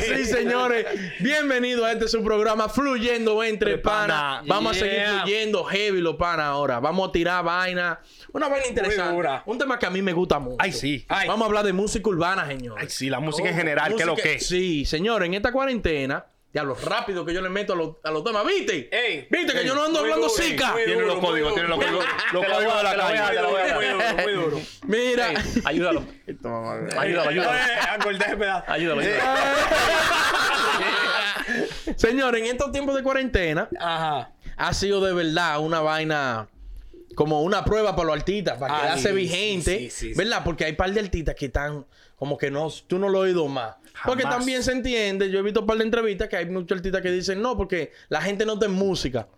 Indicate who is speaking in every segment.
Speaker 1: sí, señores. Bienvenido a este su programa Fluyendo entre
Speaker 2: Pana.
Speaker 1: pana. Vamos a seguir
Speaker 2: Yeah.
Speaker 1: fluyendo heavy los pana ahora. Vamos a tirar vaina. Una vaina interesante.
Speaker 2: dura.
Speaker 1: Un tema que a mí me gusta mucho.
Speaker 2: Ay, sí. Ay.
Speaker 1: Vamos a hablar de música urbana, señores.
Speaker 2: Ay, sí, la música en general, ¿qué es lo
Speaker 1: Música-
Speaker 2: que es?
Speaker 1: Sí, señores, en esta cuarentena, ya lo rápido que yo le meto a los, a los temas, ¿viste?
Speaker 3: Ey,
Speaker 1: ¿Viste que
Speaker 2: ey,
Speaker 1: yo no ando
Speaker 3: muy
Speaker 1: hablando
Speaker 3: duro,
Speaker 1: sica?
Speaker 3: muy
Speaker 2: Tiene los
Speaker 3: duro,
Speaker 2: códigos,
Speaker 3: muy
Speaker 2: tiene los
Speaker 3: duro.
Speaker 2: códigos, los
Speaker 3: Te la
Speaker 2: códigos
Speaker 3: voy
Speaker 2: de
Speaker 3: a-
Speaker 2: la
Speaker 3: te la voy a-
Speaker 2: calle.
Speaker 3: Muy duro, muy duro.
Speaker 1: Mira.
Speaker 4: Ayúdalo. Ayúdalo, ayúdalo.
Speaker 3: Eh, acordé, ¿verdad?
Speaker 4: Ayúdalo, ayúdalo.
Speaker 1: Señores, en estos tiempos de cuarentena
Speaker 3: Ajá.
Speaker 1: ha sido de verdad una vaina como una prueba para los artistas, para
Speaker 3: Ay,
Speaker 1: quedarse
Speaker 3: sí,
Speaker 1: vigente,
Speaker 3: sí, sí, sí.
Speaker 1: ¿verdad? Porque hay par de artistas que están como que no, tú no lo has oído más. Porque
Speaker 2: Jamás.
Speaker 1: también se entiende, yo he visto un par de entrevistas que hay muchos artistas que dicen, no, porque la gente no está en música.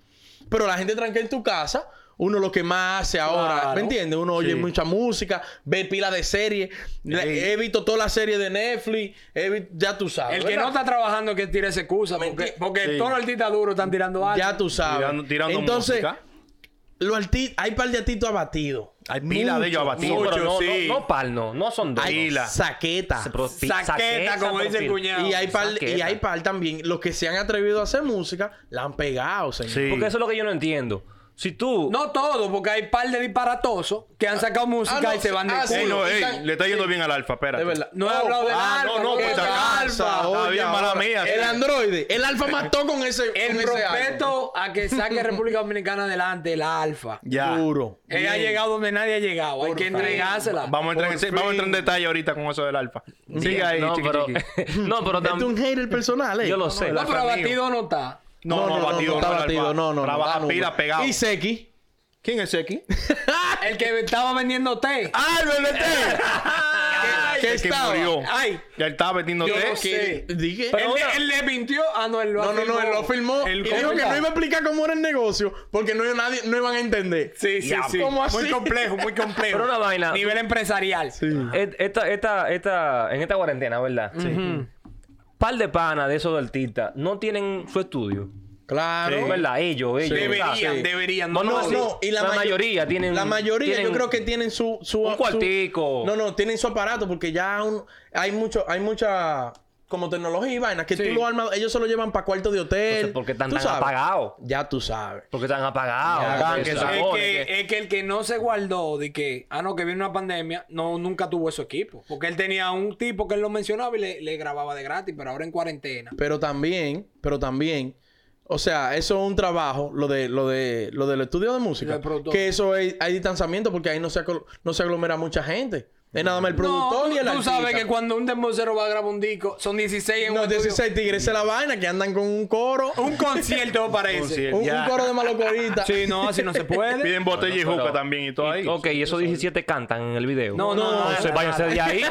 Speaker 1: Pero la gente tranca en tu casa, uno lo que más hace ahora,
Speaker 3: Claro.
Speaker 1: ¿me entiendes? Uno oye
Speaker 2: Sí.
Speaker 1: mucha música, ve pila de series, Le-
Speaker 2: Ey.
Speaker 1: he visto toda la serie de Netflix, he vi- ya tú sabes.
Speaker 3: El que
Speaker 1: ¿verdad?
Speaker 3: no está trabajando que tire esa excusa, porque,
Speaker 1: Mentira.
Speaker 3: porque
Speaker 2: Sí.
Speaker 3: todos los artistas duros están tirando algo.
Speaker 1: Ya tú sabes.
Speaker 2: Tirando, tirando
Speaker 1: Entonces,
Speaker 2: música.
Speaker 1: los arti- hay par de artistas abatidos.
Speaker 2: Hay pila de ellos abatidos.
Speaker 4: No, pero
Speaker 2: Mucho,
Speaker 4: no,
Speaker 2: sí.
Speaker 4: no, no pal, no. No son dos.
Speaker 1: Hay
Speaker 2: Pila.
Speaker 1: saquetas.
Speaker 4: Pro- pi-
Speaker 3: Saqueta, como dice el
Speaker 4: profil.
Speaker 3: cuñado.
Speaker 1: Y hay, par,
Speaker 4: saqueta.
Speaker 1: y hay par también, los que se han atrevido a hacer música, la han pegado, señor.
Speaker 2: Sí.
Speaker 4: Porque eso es lo que yo no entiendo. Si tú...
Speaker 3: No todos, porque hay par de disparatosos que han sacado música
Speaker 1: no,
Speaker 3: y se van de
Speaker 1: ah, sí,
Speaker 2: Ey,
Speaker 3: culo.
Speaker 2: no,
Speaker 1: Sí,
Speaker 2: ey,
Speaker 1: está-
Speaker 2: le está yendo bien al alfa, espérate.
Speaker 1: De verdad.
Speaker 3: No he hablado del
Speaker 2: ah,
Speaker 3: alfa,
Speaker 2: no, no,
Speaker 3: no,
Speaker 2: pues
Speaker 3: del
Speaker 2: está
Speaker 3: alfa.
Speaker 2: Está
Speaker 1: Oye,
Speaker 2: bien, mala
Speaker 1: ahora,
Speaker 2: mía.
Speaker 1: El androide. El alfa mató con ese.
Speaker 3: El
Speaker 1: con ese álbum.
Speaker 3: respeto a que saque República Dominicana adelante, la alfa.
Speaker 2: Ya.
Speaker 1: Duro.
Speaker 3: Él ha llegado donde nadie ha llegado. Hay que entregársela.
Speaker 2: Vamos a, entrar en,
Speaker 1: Por
Speaker 2: vamos a entrar en
Speaker 1: fin.
Speaker 2: detalle ahorita con eso del alfa. Sigue ahí,
Speaker 4: no,
Speaker 2: chiqui,
Speaker 4: pero,
Speaker 2: chiqui.
Speaker 4: no, pero
Speaker 1: Este es un
Speaker 4: también...
Speaker 1: hater personal, eh.
Speaker 4: Yo lo sé.
Speaker 3: No, pero
Speaker 2: alfa
Speaker 3: abatido no está.
Speaker 2: No, no, batido,
Speaker 1: está
Speaker 2: no,
Speaker 1: batido, no, no.
Speaker 2: Trabaja
Speaker 1: no,
Speaker 2: pila pegado.
Speaker 1: Y Seki.
Speaker 2: ¿Quién es Seki?
Speaker 3: El que estaba vendiendo té.
Speaker 2: ¡Ah, el
Speaker 1: Ah,
Speaker 2: BLT!
Speaker 1: que estaba.
Speaker 2: murió.
Speaker 3: Ay.
Speaker 2: Ya él estaba vendiendo
Speaker 3: Yo
Speaker 2: té.
Speaker 3: no sé.
Speaker 1: Dije.
Speaker 3: Él, le- él le mintió. Ah, no, él lo
Speaker 1: No, no, no, él lo firmó.
Speaker 3: Él
Speaker 1: y dijo que
Speaker 3: firmó.
Speaker 1: no iba a explicar cómo era el negocio porque no, nadie, no iban a entender.
Speaker 3: Sí, sí,
Speaker 2: Ya,
Speaker 3: sí.
Speaker 1: ¿cómo así?
Speaker 3: Muy complejo, muy complejo.
Speaker 4: Pero una vaina.
Speaker 3: Nivel empresarial.
Speaker 4: Et- Esta, esta, esta, en esta cuarentena, ¿verdad? Sí. Par de panas de esos artistas no tienen su estudio.
Speaker 1: Claro.
Speaker 4: ¿Verdad? Ellos, ellos.
Speaker 3: Deberían,
Speaker 4: o sea, sí.
Speaker 3: deberían.
Speaker 4: No,
Speaker 3: No,
Speaker 4: no,
Speaker 1: No,
Speaker 4: sí.
Speaker 1: no, y la,
Speaker 4: la
Speaker 1: mayo-
Speaker 4: mayoría tienen.
Speaker 1: La mayoría
Speaker 4: tienen-
Speaker 1: yo creo que tienen su... su
Speaker 4: un
Speaker 1: su-
Speaker 4: cuartico.
Speaker 1: no, no, tienen su aparato porque ya un- hay mucho... Hay mucha... Como tecnología y vainas que
Speaker 3: Sí.
Speaker 1: tú lo armas... Ellos se lo llevan para cuarto de hotel.
Speaker 4: Entonces, ¿por qué están
Speaker 1: tú
Speaker 4: tan
Speaker 1: sabes.
Speaker 4: apagados?
Speaker 1: Ya tú sabes.
Speaker 4: Porque están apagados.
Speaker 1: Ya,
Speaker 4: están
Speaker 1: que
Speaker 4: que
Speaker 1: sí.
Speaker 3: Es que,
Speaker 4: sabores, que-
Speaker 3: es que el que no se guardó de que, ah, no, que viene una pandemia, no, nunca tuvo su equipo. Porque él tenía un tipo que él lo mencionaba y le, le grababa de gratis, pero ahora en cuarentena.
Speaker 1: Pero también... Pero también... O sea, eso es un trabajo, lo de lo de lo del estudio de música,
Speaker 3: Del productor.
Speaker 1: que eso es- hay distanciamiento porque ahí no se acol- no se aglomera mucha gente. Es nada más el productor
Speaker 3: no,
Speaker 1: y el
Speaker 3: tú, tú
Speaker 1: artista.
Speaker 3: sabes que cuando un dembocero va a grabar un disco, son 16 en
Speaker 1: No,
Speaker 3: un estudio.
Speaker 1: 16 tigres es la vaina que andan con un coro, un,
Speaker 3: Un concierto parece.
Speaker 2: Concierto.
Speaker 1: un
Speaker 2: Ya.
Speaker 1: coro de malocoritas.
Speaker 3: Sí, no, así no se puede.
Speaker 2: Piden botella y
Speaker 4: Pero-
Speaker 2: juca también y todo ahí.
Speaker 4: Ok, y esos 17 cantan en el video.
Speaker 3: No, no, no,
Speaker 4: Entonces
Speaker 3: no,
Speaker 4: váyanse
Speaker 3: no, no.
Speaker 4: de ahí.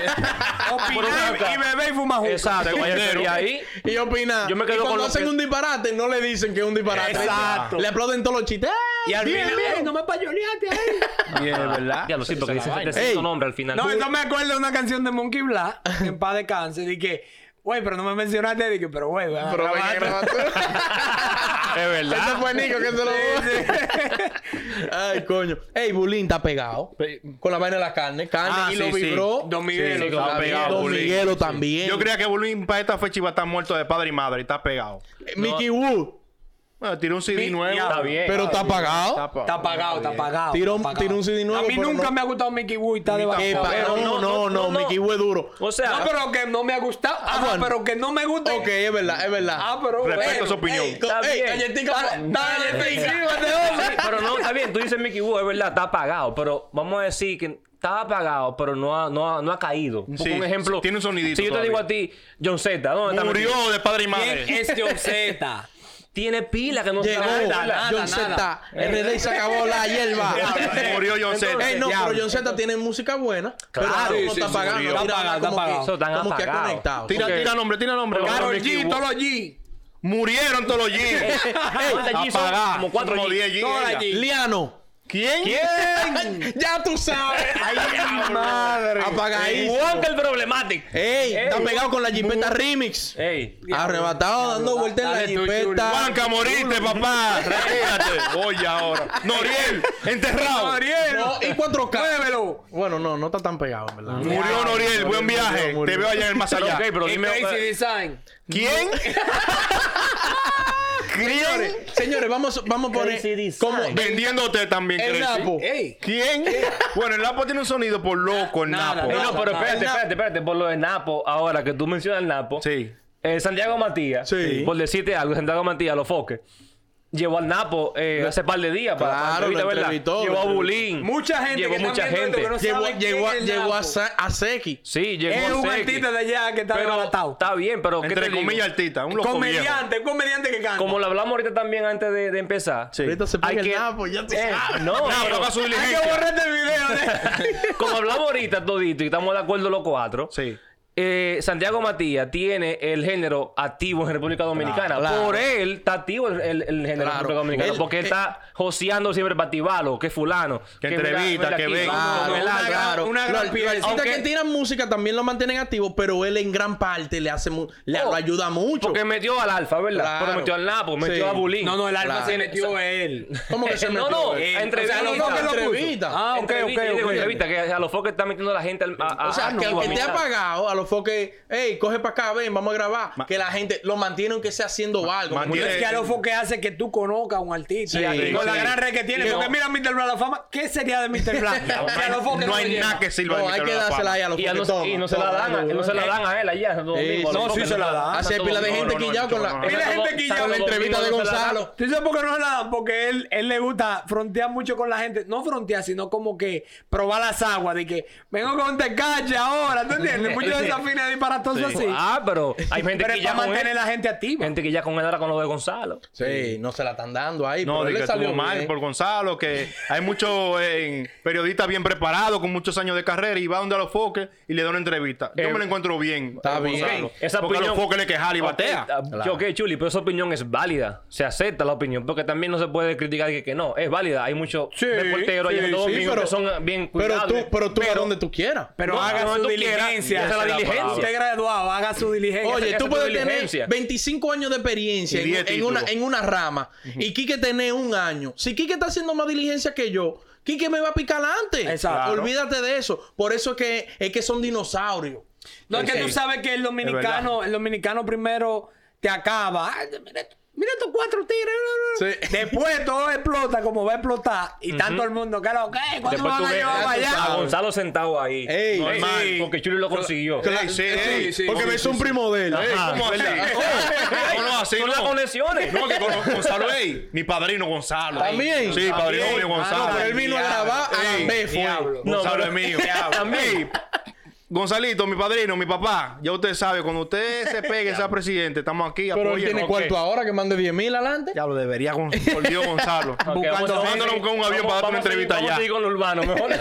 Speaker 3: Opinar y beber y fumar juntos.
Speaker 4: Exacto, váyanse de
Speaker 2: Segundero.
Speaker 4: ahí.
Speaker 1: Y opina.
Speaker 4: Yo me quedo
Speaker 1: y cuando
Speaker 4: con lo
Speaker 1: hacen
Speaker 4: que-
Speaker 1: un disparate, no le dicen que es un disparate.
Speaker 3: Exacto.
Speaker 1: Le aplauden todos los chistes.
Speaker 3: Y al
Speaker 1: Bien,
Speaker 3: final, eh,
Speaker 1: bien.
Speaker 3: "Ey, no me payoleate ahí.
Speaker 2: Bien, ¿verdad?
Speaker 4: Ya lo siento que dicen
Speaker 1: Ey.
Speaker 4: 700 nombres al final.
Speaker 3: No, entonces me acuerdo de una canción de Monkey Blah, que en paz descanse, de que, güey, pero no me mencionaste, de que, pero güey, van a
Speaker 1: Pero ven
Speaker 3: grabar
Speaker 1: que
Speaker 3: otra".
Speaker 2: Es
Speaker 1: Ah, Ese
Speaker 2: verdad.
Speaker 1: fue Nico que se lo Ay, coño. Ey, Bulín está pegado. Con la vaina de la carne. Carne
Speaker 2: Ah,
Speaker 1: y
Speaker 2: sí,
Speaker 1: lo
Speaker 2: sí.
Speaker 1: vibró.
Speaker 3: Don Miguelo,
Speaker 2: Sí, sí, claro,
Speaker 1: Don
Speaker 2: pegado,
Speaker 1: Don
Speaker 2: Bulín.
Speaker 1: Miguelo también.
Speaker 2: Yo creía que Bulín para esta fecha iba a estar muerto de padre y madre y está pegado.
Speaker 1: Eh, Mickey Wood.
Speaker 2: Bueno, tiró un
Speaker 3: Mi-
Speaker 2: CD nuevo.
Speaker 3: ya.
Speaker 4: Está bien.
Speaker 1: Pero está apagado.
Speaker 2: apagado.
Speaker 3: Está apagado, está apagado.
Speaker 1: Tira un-
Speaker 3: está apagado.
Speaker 1: tira un CD nuevo,
Speaker 3: A mí
Speaker 1: pero
Speaker 3: nunca
Speaker 1: no-
Speaker 3: me ha gustado Mickey Woo y está de
Speaker 1: Que
Speaker 3: bajada.
Speaker 1: pa-
Speaker 4: pero
Speaker 1: No,
Speaker 4: no,
Speaker 1: no,
Speaker 4: no,
Speaker 1: no.
Speaker 4: no.
Speaker 1: Mickey Wood es duro.
Speaker 4: O sea,
Speaker 3: No, pero que no me ha gustado. Ah, no,
Speaker 1: bueno.
Speaker 3: pero que no me gusta.
Speaker 1: Ok, es verdad, es verdad.
Speaker 3: Ah, pero
Speaker 2: Respeto
Speaker 3: bueno,
Speaker 2: su opinión.
Speaker 1: Ey, co-
Speaker 4: Está
Speaker 1: ey,
Speaker 4: bien.
Speaker 1: galletica,
Speaker 3: Dale, dale, inscríbete,
Speaker 4: Sí,
Speaker 3: hombre.
Speaker 4: pero no, está bien, tú dices Mickey Wu, es verdad, está apagado, pero vamos a decir que está apagado, pero no ha, no ha, no ha caído. Porque
Speaker 2: Sí,
Speaker 4: un ejemplo.
Speaker 2: sí, tiene un sonidito
Speaker 4: Si yo te
Speaker 2: todavía.
Speaker 4: digo a ti, John Z, ¿dónde está metido?
Speaker 2: Murió de padre y madre.
Speaker 3: ¿Quién es John Z?
Speaker 4: Tiene pila que no
Speaker 1: Llegó
Speaker 4: sabe.
Speaker 3: nada,
Speaker 1: John
Speaker 3: nada.
Speaker 1: Z. RD se acabó la hierba.
Speaker 2: Ya, Murió John Cena.
Speaker 1: Ey, no,
Speaker 3: Ya.
Speaker 1: pero John Z tiene música buena.
Speaker 4: Claro.
Speaker 1: pero ahora
Speaker 3: Sí,
Speaker 1: no
Speaker 3: sí,
Speaker 1: está
Speaker 3: sí,
Speaker 1: pagando.
Speaker 3: murió. Está apagado, está apagado.
Speaker 4: Eso están
Speaker 1: como que ha
Speaker 4: apagados.
Speaker 1: conectado.
Speaker 2: Tira,
Speaker 4: Ok.
Speaker 2: tira nombre, tira nombre.
Speaker 4: Claro,
Speaker 3: Carol
Speaker 2: Mickey
Speaker 3: G,
Speaker 2: Wood.
Speaker 3: todos los G.
Speaker 2: Murieron todos los G.
Speaker 4: Ey, ¿cuántas G son?
Speaker 2: Apagado.
Speaker 4: Como cuatro G.
Speaker 2: 10 G.
Speaker 3: Todas las
Speaker 2: ella.
Speaker 3: G.
Speaker 1: Liano.
Speaker 2: ¿Quién?
Speaker 1: ya tú sabes.
Speaker 2: ¡Ay, mi madre!
Speaker 1: Apagadísimo.
Speaker 4: Juanca el problemático.
Speaker 1: Ey, está pegado con la jipeta remix.
Speaker 4: Ey.
Speaker 1: Arrebatado, dando vueltas en la
Speaker 3: Dale tú,
Speaker 1: jipeta.
Speaker 2: Juanca, moriste, papá. Retírate. Voy ahora. Noriel, enterrado.
Speaker 3: Ariel,
Speaker 1: No, y 4K.
Speaker 3: muévelo.
Speaker 1: Bueno, no, no está tan pegado, en verdad.
Speaker 2: Murió Noriel, buen viaje.
Speaker 1: murió.
Speaker 2: Te veo allá en el más
Speaker 4: Pero,
Speaker 2: allá.
Speaker 4: ok, pero
Speaker 3: Y
Speaker 4: dime.
Speaker 3: Crazy
Speaker 4: eh,
Speaker 3: Design.
Speaker 2: ¿Quién? ¿Quién?
Speaker 1: Señores, vamos, vamos a
Speaker 4: Crazy
Speaker 1: poner.
Speaker 4: design.
Speaker 1: Como
Speaker 2: Vendiéndote también,
Speaker 1: El
Speaker 2: Crazy.
Speaker 1: Napo.
Speaker 3: Ey.
Speaker 2: ¿Quién? Bueno, el Napo tiene un sonido por loco, el
Speaker 3: Nada,
Speaker 2: Napo.
Speaker 4: No, no, pero
Speaker 3: No,
Speaker 1: el
Speaker 4: espérate,
Speaker 1: Napo.
Speaker 4: espérate, espérate. Por lo de Napo, ahora que tú mencionas el Napo.
Speaker 2: Sí.
Speaker 4: eh, Santiago Matías,
Speaker 1: Sí.
Speaker 4: por decirte algo, Santiago Matías, los foques, llevó al Napo eh, hace par de días para, para
Speaker 1: Claro,
Speaker 4: la
Speaker 1: lo
Speaker 4: ¿verdad?
Speaker 1: entrevistó,
Speaker 4: Llevó a
Speaker 1: lo
Speaker 4: Bulín.
Speaker 3: Mucha gente
Speaker 4: Llevó
Speaker 3: que
Speaker 4: mucha
Speaker 3: están viendo esto
Speaker 4: gente.
Speaker 3: que no
Speaker 1: llegó,
Speaker 3: saben
Speaker 1: llegó, a-
Speaker 3: quién es
Speaker 1: llegó a,
Speaker 3: Napo.
Speaker 1: Sa- a Seki.
Speaker 4: Sí, llegó
Speaker 3: Es un
Speaker 4: Seki.
Speaker 3: artista de allá que está
Speaker 4: Pero
Speaker 3: desbaratado.
Speaker 4: está bien, pero ¿qué te
Speaker 2: Entre
Speaker 4: digo?
Speaker 2: comillas, artista. Un loco viejo.
Speaker 3: Comediante, un comediante que canta.
Speaker 4: Como lo hablamos ahorita también antes de, de empezar.
Speaker 2: Sí.
Speaker 1: Ahorita se
Speaker 4: Hay
Speaker 1: pega el
Speaker 4: que-
Speaker 1: Napo, ya tú
Speaker 4: Eh,
Speaker 1: sabes.
Speaker 4: no,
Speaker 2: Napo,
Speaker 4: pero-
Speaker 2: toca su
Speaker 3: Hay
Speaker 2: diligencia.
Speaker 3: que borrar este video. de-
Speaker 4: como hablamos ahorita todito y estamos de acuerdo los cuatro.
Speaker 2: Sí.
Speaker 4: eh, Santiago Matías tiene el género activo en República Dominicana.
Speaker 1: claro.
Speaker 4: Por él está activo el, el- el género
Speaker 1: Claro.
Speaker 4: en República Dominicana.
Speaker 1: Él- eh
Speaker 4: porque
Speaker 1: él-
Speaker 4: está joseando siempre para Tibalo, que fulano.
Speaker 2: Que
Speaker 4: mira,
Speaker 2: entrevista,
Speaker 4: mira
Speaker 2: que
Speaker 4: aquí,
Speaker 2: venga.
Speaker 4: vamos,
Speaker 1: Claro,
Speaker 3: Como
Speaker 4: ¿verdad?
Speaker 3: una gran-
Speaker 1: claro.
Speaker 3: una gran
Speaker 1: Los-
Speaker 3: pieza.
Speaker 1: los artistas
Speaker 4: Aunque-
Speaker 1: que tiran música también lo mantienen activo, pero él en gran parte le hace mu- le
Speaker 4: Oh,
Speaker 1: lo ayuda mucho.
Speaker 4: Porque metió al Alfa, ¿verdad?
Speaker 1: Claro.
Speaker 4: Pero metió al Napo,
Speaker 1: Sí.
Speaker 4: metió a Bulín.
Speaker 3: No, no, el alma
Speaker 1: Claro.
Speaker 3: se metió él.
Speaker 1: ¿Cómo que se
Speaker 4: No,
Speaker 1: metió?
Speaker 4: no,
Speaker 1: Eh,
Speaker 4: a entrevista.
Speaker 1: o sea, no, no, que lo puso.
Speaker 3: Entrevista.
Speaker 1: Ah,
Speaker 3: Ah, ok,
Speaker 4: Entrevista,
Speaker 3: ok,
Speaker 4: yo digo
Speaker 3: ok.
Speaker 4: entrevista, que a los foques está metiendo la gente al- a, a-
Speaker 1: o sea,
Speaker 4: a
Speaker 1: que
Speaker 4: su
Speaker 1: al que esté
Speaker 4: amistad.
Speaker 1: apagado, a los foques, hey, coge para acá, ven, vamos a grabar. que la gente lo mantiene aunque sea haciendo algo.
Speaker 2: mantiene-
Speaker 3: Pero es que Alofo que hace que tú conozcas a un artista.
Speaker 1: Sí,
Speaker 3: y con
Speaker 2: sí.
Speaker 3: la gran red que tiene.
Speaker 4: Y
Speaker 3: Porque
Speaker 4: no-
Speaker 3: mira Mr. Blanc la fama. ¿Qué sería de Mr. Blanc? Que Alofo que
Speaker 2: No
Speaker 3: lo
Speaker 2: hay
Speaker 3: lleva.
Speaker 2: nada que sirva de
Speaker 1: no, hay
Speaker 2: Mr.
Speaker 1: que
Speaker 2: La Fama.
Speaker 1: dársela ahí a los
Speaker 4: Y,
Speaker 1: foques.
Speaker 4: ya no,
Speaker 1: toma,
Speaker 4: y no se
Speaker 1: toma,
Speaker 4: la dan,
Speaker 1: dale,
Speaker 4: a- no se la
Speaker 1: eh.
Speaker 4: dan a él allá. Santo
Speaker 1: Sí,
Speaker 4: Domingo, a los
Speaker 1: no, sí
Speaker 4: foques,
Speaker 3: se la dan.
Speaker 1: Hace
Speaker 4: Santo
Speaker 1: pila de
Speaker 4: Domingo,
Speaker 1: gente
Speaker 4: no, no,
Speaker 1: que ya
Speaker 4: no,
Speaker 1: con
Speaker 4: no,
Speaker 1: la-
Speaker 4: no, no,
Speaker 1: Pila
Speaker 3: de
Speaker 4: no,
Speaker 3: gente
Speaker 4: no,
Speaker 3: que ya
Speaker 4: Santo
Speaker 1: con la
Speaker 4: Domingo
Speaker 1: entrevista
Speaker 4: no
Speaker 1: de
Speaker 4: se la dan.
Speaker 1: Gonzalo.
Speaker 3: ¿Tú sabes por qué no se la dan? Porque él, él le gusta frontear mucho con la gente. No frontear, sino como que probar las aguas. De que vengo con tecache ahora. ¿Tú entiendes? Muchos de esas finas disparatosas así.
Speaker 4: Ah, pero hay gente
Speaker 3: Pero
Speaker 4: que
Speaker 3: es
Speaker 4: ya
Speaker 3: para
Speaker 4: con él-
Speaker 3: mantener a la gente activa.
Speaker 4: gente que ya con él ahora con lo de Gonzalo.
Speaker 1: Sí, no se la están dando ahí.
Speaker 2: No,
Speaker 1: pero
Speaker 2: de
Speaker 1: él
Speaker 2: que
Speaker 1: le
Speaker 2: estuvo
Speaker 1: salió
Speaker 2: mal
Speaker 1: bien.
Speaker 2: por Gonzalo, que hay muchos eh, periodistas bien preparados, con muchos años de carrera, y va donde a los foques y le da una entrevista. Yo
Speaker 4: Eh,
Speaker 2: me lo encuentro bien.
Speaker 1: está
Speaker 2: a
Speaker 1: bien.
Speaker 2: Gonzalo,
Speaker 4: Esa
Speaker 2: porque a
Speaker 4: opinión-
Speaker 2: los foques le quejar y batea.
Speaker 4: Ah,
Speaker 1: Claro.
Speaker 4: Ok, Chuli, pero esa opinión es válida. Se acepta la opinión, porque también no se puede criticar que, que no, es válida. Hay muchos
Speaker 1: Sí,
Speaker 4: reporteros
Speaker 1: sí,
Speaker 4: allá en Santo
Speaker 1: sí,
Speaker 4: Domingo
Speaker 1: pero-
Speaker 4: que son bien
Speaker 1: Pero tú,
Speaker 4: cuidables.
Speaker 1: pero tú a donde tú quieras.
Speaker 3: Pero
Speaker 4: No,
Speaker 3: haga
Speaker 4: no,
Speaker 3: su
Speaker 4: tú quieras,
Speaker 3: diligencia.
Speaker 4: esa es
Speaker 3: Usted
Speaker 4: la diligencia.
Speaker 3: graduado, haga su diligencia.
Speaker 4: Hay
Speaker 1: Oye,
Speaker 4: que
Speaker 1: tú
Speaker 4: hacer
Speaker 1: puedes
Speaker 4: tu diligencia.
Speaker 1: tener 25 años de experiencia
Speaker 2: Y
Speaker 1: en,
Speaker 2: diez
Speaker 1: en una,
Speaker 2: títulos.
Speaker 1: en una rama y Quique tiene un año. Si Quique está haciendo más diligencia que yo, Quique me va a picar antes.
Speaker 3: Exacto.
Speaker 1: Olvídate de eso. Por eso es que, es que son dinosaurios.
Speaker 3: No, es que tú sabes que el dominicano, el dominicano primero te acaba. Ay, mira, mira estos cuatro tigres.
Speaker 1: Sí.
Speaker 3: Después todo explota como va a explotar. Y tanto el mundo, claro, ¿qué? ¿Cuándo
Speaker 4: Después
Speaker 3: van
Speaker 4: tú
Speaker 3: a
Speaker 4: ves
Speaker 3: llevar
Speaker 1: ya
Speaker 3: para
Speaker 1: tú
Speaker 3: allá?
Speaker 4: a Gonzalo sentado ahí.
Speaker 1: Ey,
Speaker 4: Normal,
Speaker 2: sí.
Speaker 4: porque Chuli lo consiguió.
Speaker 2: Claro, sí, sí, sí.
Speaker 1: porque me hizo un primo de él.
Speaker 2: Ey,
Speaker 1: Ajá.
Speaker 2: ¿Cómo así? No, no, así
Speaker 4: Son las
Speaker 2: no.
Speaker 4: conexiones.
Speaker 2: No, que con- Gonzalo, ey, mi padrino Gonzalo.
Speaker 1: También.
Speaker 2: Sí, padrino mío Gonzalo.
Speaker 1: Ah, no, pero él vino a grabar a
Speaker 2: Ey,
Speaker 1: la B, fue.
Speaker 3: diablo.
Speaker 4: No,
Speaker 2: Gonzalo
Speaker 4: pero-
Speaker 2: es mío.
Speaker 4: También.
Speaker 2: Gonzalito, mi padrino, mi papá, ya usted sabe, cuando usted se pegue, sea presidente, estamos aquí.
Speaker 1: Pero él
Speaker 2: apóyenos,
Speaker 1: tiene
Speaker 2: ok.
Speaker 1: cuarto ahora que mande 10 mil adelante.
Speaker 2: Ya lo debería, Gon- por Dios, Gonzalo.
Speaker 4: Ok, vamos a-
Speaker 2: Buscando, mandándolo con un avión
Speaker 4: vamos-
Speaker 2: para darte una
Speaker 4: vamos a seguir-
Speaker 2: entrevista
Speaker 4: Vamos
Speaker 2: allá.
Speaker 4: a seguir con lo urbano, mejor.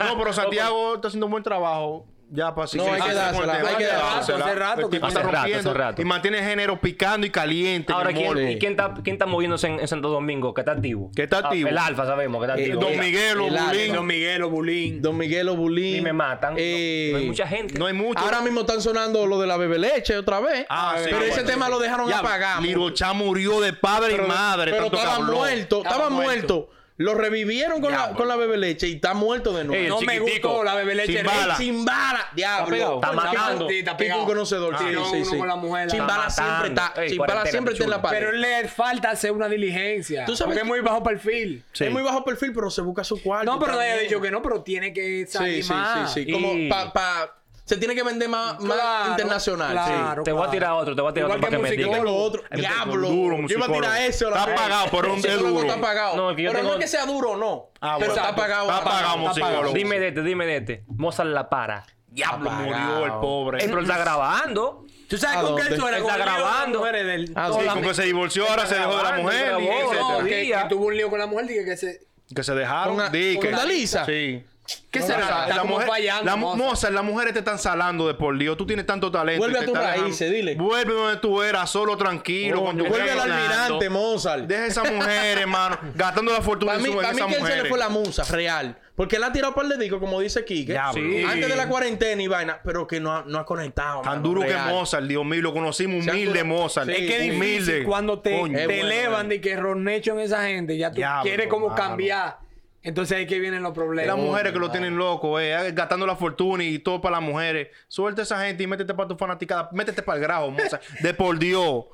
Speaker 2: No, pero Santiago está haciendo un buen trabajo. Ya para seguir
Speaker 1: hay que
Speaker 2: con el
Speaker 1: dársela,
Speaker 2: tema.
Speaker 1: hay que
Speaker 2: dársela.
Speaker 3: dársela. Hace rato,
Speaker 2: El tipo
Speaker 4: hace
Speaker 2: está
Speaker 4: rato, hace
Speaker 2: rompiendo
Speaker 4: rato.
Speaker 2: Y mantiene el género picando y caliente.
Speaker 4: Ahora,
Speaker 2: en el
Speaker 4: ¿quién,
Speaker 2: morbo.
Speaker 4: ¿y quién está, quién está moviéndose en, en Santo Domingo? ¿Qué está activo?
Speaker 2: ¿Qué está
Speaker 4: Ah,
Speaker 2: activo? Eh,
Speaker 4: el Alfa, sabemos, que está activo. Eh,
Speaker 2: Don Miguel,
Speaker 1: El Ale,
Speaker 2: Bulín.
Speaker 3: Don Miguel Obulín.
Speaker 1: Don Miguel Obulín.
Speaker 4: Y me matan. No,
Speaker 1: Eh,
Speaker 4: no hay mucha gente.
Speaker 2: No hay mucho.
Speaker 1: Ahora mismo están sonando lo de la bebe leche otra vez.
Speaker 2: Ah, sí,
Speaker 1: pero
Speaker 2: ah,
Speaker 1: ese
Speaker 2: bueno,
Speaker 1: tema lo dejaron
Speaker 2: Ya,
Speaker 1: apagado.
Speaker 2: Lirochá murió de padre y madre.
Speaker 1: Pero
Speaker 2: tanto que
Speaker 1: estaba
Speaker 2: habló.
Speaker 1: muerto, estaba,
Speaker 3: Estaba
Speaker 1: muerto. Lo revivieron con, la,
Speaker 2: Diablo.
Speaker 1: con la bebe leche y está muerto de nuevo.
Speaker 4: Ey, el
Speaker 1: No,
Speaker 3: No me
Speaker 4: chiquitico.
Speaker 3: gustó la bebé leche.
Speaker 2: Sin bala.
Speaker 1: Chimbala, diablo.
Speaker 4: Está
Speaker 1: Coño,
Speaker 4: matando.
Speaker 1: Kiko-
Speaker 3: Está
Speaker 1: Kiko un
Speaker 3: pegado.
Speaker 1: conocedor.
Speaker 3: Ah,
Speaker 1: sí,
Speaker 3: no,
Speaker 1: sí,
Speaker 3: uno
Speaker 1: sí.
Speaker 3: con la mujer, la
Speaker 1: Chimbala
Speaker 4: está
Speaker 1: siempre
Speaker 4: matando.
Speaker 1: está.
Speaker 4: Ey,
Speaker 1: Chimbala
Speaker 4: cuarentena,
Speaker 1: siempre está en la
Speaker 4: chulo.
Speaker 1: pared.
Speaker 3: Pero le falta hacer una diligencia.
Speaker 1: Tú sabes
Speaker 3: porque
Speaker 1: que-
Speaker 3: es muy bajo perfil.
Speaker 2: Sí.
Speaker 1: Es muy bajo perfil, pero se busca su cuarto.
Speaker 3: No, pero no
Speaker 1: también.
Speaker 3: haya dicho que no, pero tiene que salir
Speaker 1: Sí, sí,
Speaker 3: más.
Speaker 1: sí, sí.
Speaker 4: Y-
Speaker 1: Como pa, pa- se tiene que vender más, más
Speaker 3: Claro,
Speaker 1: internacional.
Speaker 3: claro.
Speaker 4: te voy a tirar otro, te voy a tirar
Speaker 3: Igual
Speaker 4: otro
Speaker 3: que
Speaker 4: para que me
Speaker 1: Yo
Speaker 4: digas.
Speaker 3: musicólogo.
Speaker 1: tengo otro.
Speaker 2: Yo tengo
Speaker 1: Diablo.
Speaker 2: duro,
Speaker 1: yo iba a
Speaker 2: musicólogo.
Speaker 1: tirar eso. la
Speaker 2: Está
Speaker 1: vez.
Speaker 2: apagado, pero
Speaker 1: El
Speaker 2: un- es
Speaker 1: musicólogo
Speaker 2: duro.
Speaker 1: Está apagado.
Speaker 4: No, que yo
Speaker 1: pero no es
Speaker 4: tengo-
Speaker 1: que sea duro, no.
Speaker 2: Ah,
Speaker 1: pero
Speaker 2: bueno.
Speaker 1: está
Speaker 2: Exacto.
Speaker 1: apagado.
Speaker 2: Está apagado, musicólogo.
Speaker 4: Dime de este, dime de este. Mozart la para.
Speaker 1: Ah,
Speaker 2: Diablo, murió
Speaker 1: Apagado.
Speaker 2: el pobre.
Speaker 4: Eh, Pero él está grabando.
Speaker 3: ¿Tú
Speaker 1: ¿A
Speaker 3: sabes con qué
Speaker 1: dónde?
Speaker 3: él suena?
Speaker 4: Está
Speaker 3: Con el lío de las
Speaker 4: grabando.
Speaker 3: mujeres del-
Speaker 1: Ah,
Speaker 4: No,
Speaker 2: Sí,
Speaker 4: la-
Speaker 2: con que se divorció, ahora se dejó de la
Speaker 4: grabando,
Speaker 2: mujer. y
Speaker 4: grabó,
Speaker 2: etcétera.
Speaker 3: No, que,
Speaker 4: Todavía.
Speaker 3: que tuvo un lío con la mujer, dije que se...
Speaker 2: Que se dejaron.
Speaker 1: Con a-
Speaker 2: di
Speaker 1: con
Speaker 2: que-
Speaker 1: Dalisa.
Speaker 2: Sí.
Speaker 3: ¿Qué será?
Speaker 2: La-
Speaker 3: Está
Speaker 2: la
Speaker 3: como
Speaker 2: mujer-
Speaker 3: fallando,
Speaker 2: la mu-
Speaker 3: Mozart.
Speaker 2: Mozart, las mujeres te están salando de por Dios. Tú tienes tanto talento.
Speaker 1: Vuelve
Speaker 2: y
Speaker 1: a
Speaker 2: te
Speaker 1: tus
Speaker 2: están dejando-
Speaker 1: raíces, dile.
Speaker 2: Vuelve donde tú eras, solo, tranquilo. con tu
Speaker 1: Vuelve al
Speaker 2: casa ganando.
Speaker 1: almirante, Mozart.
Speaker 2: Deja esa mujer, hermano. Gastando la fortuna
Speaker 1: Para mí,
Speaker 2: en su- en
Speaker 1: para mí
Speaker 2: esas
Speaker 1: que él se le
Speaker 2: mujeres.
Speaker 1: fue la musa, real. Porque él ha tirado par de discos, como dice Quique.
Speaker 2: Diablo. Sí.
Speaker 1: Antes de la cuarentena y vaina, pero que no ha, no ha conectado.
Speaker 2: Tan
Speaker 1: mano,
Speaker 2: duro
Speaker 1: real.
Speaker 2: que Mozart, Dios mío, lo conocimos
Speaker 1: Se han
Speaker 2: humilde
Speaker 1: curado.
Speaker 2: Mozart.
Speaker 1: Sí.
Speaker 3: Es que es
Speaker 2: humilde.
Speaker 3: difícil cuando te,
Speaker 2: Coño.
Speaker 3: te
Speaker 1: Es bueno,
Speaker 3: elevan
Speaker 1: bueno.
Speaker 3: de que Ronnecho en esa gente, ya tú
Speaker 2: Diablo,
Speaker 3: quieres como
Speaker 2: mano.
Speaker 3: cambiar. Entonces ahí que vienen los problemas.
Speaker 2: Las mujeres que lo
Speaker 3: Coño,
Speaker 2: tienen loco, eh, gastando la fortuna y todo para las mujeres. Suelta a esa gente y métete para tu fanaticada. Métete para el grajo, Mozart. De por Dios.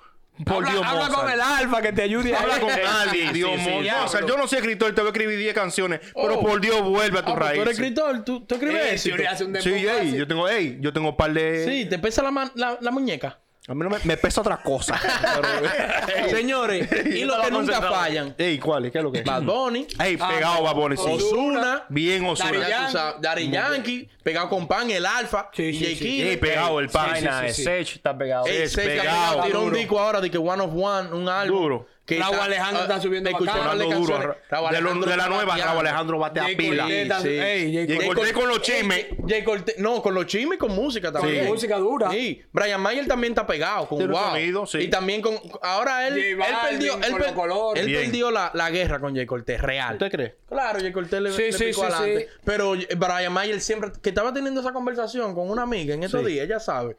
Speaker 2: Por
Speaker 3: Habla,
Speaker 2: Dios,
Speaker 3: habla
Speaker 2: Mozart.
Speaker 3: con el alfa que te ayude. a-
Speaker 2: Habla con alguien,
Speaker 4: sí,
Speaker 2: Dios
Speaker 4: sí,
Speaker 2: mío.
Speaker 4: diablo.
Speaker 2: Mozart, yo no soy escritor, te voy a escribir 10 canciones. Pero
Speaker 1: Oh.
Speaker 2: por Dios, vuelve a
Speaker 1: Ah,
Speaker 2: tus
Speaker 1: pues tú eres
Speaker 2: raíces.
Speaker 1: escritor, tú, tú escribes
Speaker 3: Eh,
Speaker 1: éxito.
Speaker 3: si le hace un
Speaker 2: Sí,
Speaker 3: dembow
Speaker 2: ey,
Speaker 3: fácil.
Speaker 2: yo tengo, ey, yo tengo un par de.
Speaker 1: Sí, te pesa la, man- la, la muñeca.
Speaker 2: A mí no me, me pesa otra cosa. Pero-
Speaker 1: Señores, y los que nunca fallan.
Speaker 2: ey, ¿cuál es? ¿Qué es lo que es?
Speaker 1: Bad Bunny, Ah,
Speaker 2: Ey, pegado, va a poner sí.
Speaker 1: Ozuna,
Speaker 2: Bien,
Speaker 1: Daddy
Speaker 2: Osuna.
Speaker 3: Yankee.
Speaker 1: ya tú sabes, Daddy Yankee, pegado con pan, el Alfa,
Speaker 3: Sí, sí,
Speaker 1: DJ
Speaker 3: sí.
Speaker 1: Kid.
Speaker 2: Ey, pegado el pan.
Speaker 4: Vaina,
Speaker 2: Sí, sí, sí.
Speaker 4: Sech está pegado.
Speaker 1: Ey,
Speaker 2: es
Speaker 1: Seca
Speaker 2: pegado,
Speaker 1: pegado, tiró un
Speaker 2: duro.
Speaker 1: disco ahora de que One of One, un álbum.
Speaker 2: Duro.
Speaker 1: Que
Speaker 3: Raúl Alejandro
Speaker 1: ah,
Speaker 3: está subiendo
Speaker 1: escuché
Speaker 3: bacano.
Speaker 1: varias
Speaker 2: Hablando duro.
Speaker 1: canciones. Raúl
Speaker 2: De, lo-
Speaker 1: Alejandro
Speaker 2: de la
Speaker 1: está
Speaker 2: nueva,
Speaker 1: bateando.
Speaker 2: Raúl Alejandro bate a
Speaker 3: Jay
Speaker 2: pila.
Speaker 3: Cortez,
Speaker 1: Sí, sí.
Speaker 3: ey, Jay
Speaker 2: Y el
Speaker 3: Cortez.
Speaker 2: Cortés con los chismes.
Speaker 1: Ey, Jay Cortez- no, con los chismes y con música también.
Speaker 2: Sí.
Speaker 3: Música dura.
Speaker 1: Sí. Brian Mayer también está pegado con
Speaker 2: Tiene
Speaker 1: Wow.
Speaker 2: sonido, sí.
Speaker 1: Y también con. Ahora él.
Speaker 3: J
Speaker 1: él
Speaker 3: Balvin,
Speaker 1: perdió, él
Speaker 3: con los
Speaker 1: per-
Speaker 3: colores.
Speaker 1: él
Speaker 2: Bien.
Speaker 1: perdió la, la guerra con Jay Cortez, real.
Speaker 2: ¿Usted cree?
Speaker 1: Claro, Jay Cortez le,
Speaker 3: Sí,
Speaker 1: le
Speaker 3: sí,
Speaker 1: picó
Speaker 3: sí,
Speaker 1: adelante.
Speaker 3: sí.
Speaker 1: Pero eh, Brian Mayer siempre. Que estaba teniendo esa conversación con una amiga en estos días, ya sabe.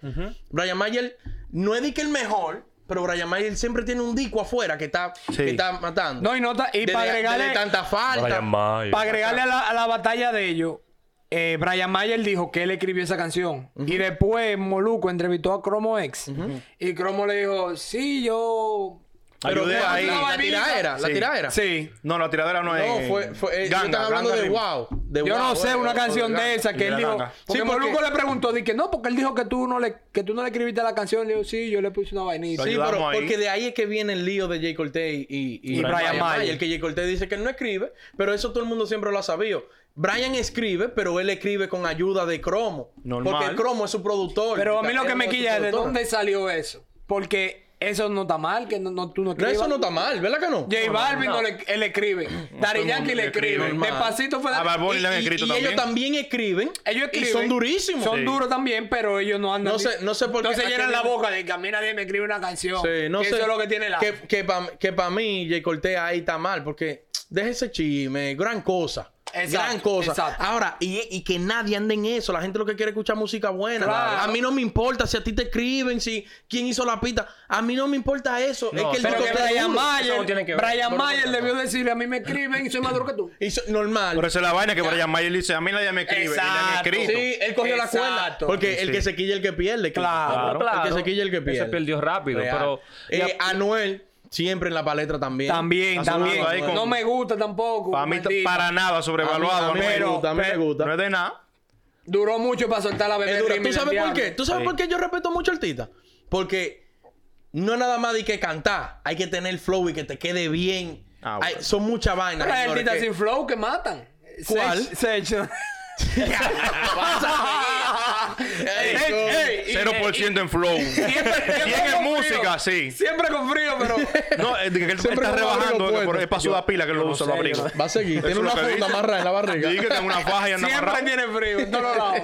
Speaker 1: Brian Mayer no es de que el mejor. Pero Brian Mayer siempre tiene un disco afuera que está,
Speaker 2: Sí.
Speaker 1: que está matando.
Speaker 3: No, y nota, y
Speaker 1: Desde-
Speaker 3: para agregarle,
Speaker 1: desde tanta falta.
Speaker 3: para agregarle a, la, a la batalla de ellos, eh, Brian Mayer dijo que él escribió esa canción. Y después Moluco entrevistó a Cromo X. Y Cromo le dijo, sí, yo...
Speaker 1: Pero
Speaker 2: Ayudé
Speaker 1: fue
Speaker 2: ahí.
Speaker 1: La tiraera, la
Speaker 2: Sí.
Speaker 1: tiraera.
Speaker 3: Sí.
Speaker 2: No, la tiradera no es.
Speaker 1: No, fue, fue eh,
Speaker 2: Ganga,
Speaker 1: yo estaba hablando
Speaker 2: Ganga
Speaker 1: de
Speaker 2: Rim.
Speaker 1: wow. de
Speaker 3: Yo
Speaker 1: wow,
Speaker 3: no sé,
Speaker 1: eh,
Speaker 3: una
Speaker 1: eh,
Speaker 3: canción
Speaker 1: Ganga.
Speaker 3: de esa
Speaker 2: Y
Speaker 3: que
Speaker 2: de
Speaker 3: él
Speaker 2: la
Speaker 3: dijo.
Speaker 2: ganga.
Speaker 3: Porque
Speaker 1: Sí, porque-
Speaker 3: Moluco le preguntó, dije, no, porque él dijo que tú no le, que tú no le escribiste la canción. Le digo, sí, yo le puse una vainita.
Speaker 1: Sí,
Speaker 2: ayudamos
Speaker 1: pero
Speaker 2: ahí.
Speaker 1: porque de ahí es que viene el lío de Jay Cortez y, y,
Speaker 3: Y Brian Mayer.
Speaker 1: El que Jay Cortez dice que él no escribe, pero eso todo el mundo siempre lo ha sabido. Brian escribe, pero él escribe con ayuda de Cromo.
Speaker 2: Normal.
Speaker 1: Porque el Cromo es su productor.
Speaker 3: Pero a mí lo que
Speaker 1: Él
Speaker 3: me
Speaker 1: es su
Speaker 3: quilla es de
Speaker 1: productor.
Speaker 3: dónde salió eso. Porque eso no está mal, que no, no- tú no
Speaker 1: No,
Speaker 3: escribas.
Speaker 1: eso no está mal, ¿verdad que no?
Speaker 3: J Balvin no le, él escribe. Daddy Yankee le escribe.
Speaker 1: escribe. Ah,
Speaker 3: Despacito fue...
Speaker 2: A Bad Bunny le han
Speaker 1: Y-
Speaker 2: escrito
Speaker 1: y
Speaker 2: también.
Speaker 1: ellos también escriben.
Speaker 3: Ellos
Speaker 1: Y
Speaker 3: escriben.
Speaker 1: son durísimos.
Speaker 3: Son
Speaker 2: Sí.
Speaker 3: duros también, pero ellos no andan...
Speaker 1: No sé- no sé por qué-
Speaker 3: No se llenan
Speaker 1: aquel-
Speaker 3: la boca de que a mí nadie me escribe una canción.
Speaker 1: Sí, no
Speaker 3: Que
Speaker 1: sé.
Speaker 3: Eso es lo que tiene la...
Speaker 1: Que, que para mí, Jay Cortés ahí está mal, porque deje ese chisme, gran cosa.
Speaker 3: Exacto,
Speaker 1: gran cosa.
Speaker 3: exacto.
Speaker 1: Ahora, y, y que nadie ande en eso. La gente lo que quiere es escuchar música buena.
Speaker 3: Claro.
Speaker 1: A mí no me importa si a ti te escriben, si quién hizo la pista. A mí no me importa eso.
Speaker 4: No,
Speaker 1: es que el
Speaker 3: Pero
Speaker 1: disco
Speaker 3: que
Speaker 1: está
Speaker 3: Brian
Speaker 1: duro.
Speaker 4: Eso
Speaker 3: Mayer...
Speaker 4: no tiene que ver.
Speaker 3: Brian
Speaker 4: Bueno,
Speaker 3: Mayer
Speaker 4: bueno,
Speaker 3: debió decirle a mí me escriben y soy más duro que tú.
Speaker 1: Hizo- normal.
Speaker 2: Pero esa es la vaina que Brian Mayer dice: A mí nadie me escribe. Ni le han
Speaker 3: Exacto.
Speaker 2: escrito.
Speaker 1: sí, él cogió
Speaker 3: Exacto.
Speaker 1: la cuerda. Porque
Speaker 2: Sí,
Speaker 1: el
Speaker 2: sí.
Speaker 1: que se quilla el que pierde. que-
Speaker 3: Claro.
Speaker 1: El que se quilla el que
Speaker 4: Ese
Speaker 1: pierde.
Speaker 4: perdió rápido,
Speaker 1: Real.
Speaker 4: pero-
Speaker 1: Eh, Anuel, siempre en la palestra también.
Speaker 3: También,
Speaker 2: Está
Speaker 3: también.
Speaker 2: sonando ahí con-
Speaker 3: No me gusta tampoco.
Speaker 2: Para mí,
Speaker 3: maldito.
Speaker 2: para nada sobrevaluado.
Speaker 1: A mí- a mí me
Speaker 2: amigo.
Speaker 1: gusta, a mí me
Speaker 2: Pero-
Speaker 1: gusta.
Speaker 2: No es de nada.
Speaker 3: Duró mucho para soltar la bebé.
Speaker 1: Es dura.
Speaker 3: Remy
Speaker 1: ¿Tú sabes por
Speaker 3: Santiago.
Speaker 1: qué? ¿Tú sabes por qué yo respeto mucho al Tita? Porque no es nada más de que cantar. Hay que tener flow y que te quede bien.
Speaker 2: Ah, bueno.
Speaker 1: Hay- son muchas vainas.
Speaker 3: Pero hay
Speaker 1: señores,
Speaker 3: artistas
Speaker 1: que-
Speaker 3: sin flow que matan.
Speaker 1: ¿Cuál?
Speaker 3: Sech. Sech.
Speaker 1: Ey,
Speaker 3: Ey,
Speaker 1: con-
Speaker 3: ey, y-
Speaker 2: 0% en flow.
Speaker 3: Siempre,
Speaker 2: Bien en
Speaker 3: con
Speaker 2: música,
Speaker 3: frío.
Speaker 2: sí.
Speaker 3: Siempre con frío, pero.
Speaker 2: No, es de que él
Speaker 1: Siempre
Speaker 2: está
Speaker 1: con abrigo
Speaker 2: rebajando.
Speaker 1: puesto.
Speaker 2: pero Es para sudar pila que lo usa, lo abrigo.
Speaker 1: Va a seguir. Tiene
Speaker 2: Eso es
Speaker 1: una
Speaker 2: lo que
Speaker 1: funda
Speaker 2: dice.
Speaker 1: amarrada en la barriga.
Speaker 2: Dije que tengo una faja y anda
Speaker 3: Siempre
Speaker 2: amarrado.
Speaker 3: tiene frío en todos lados.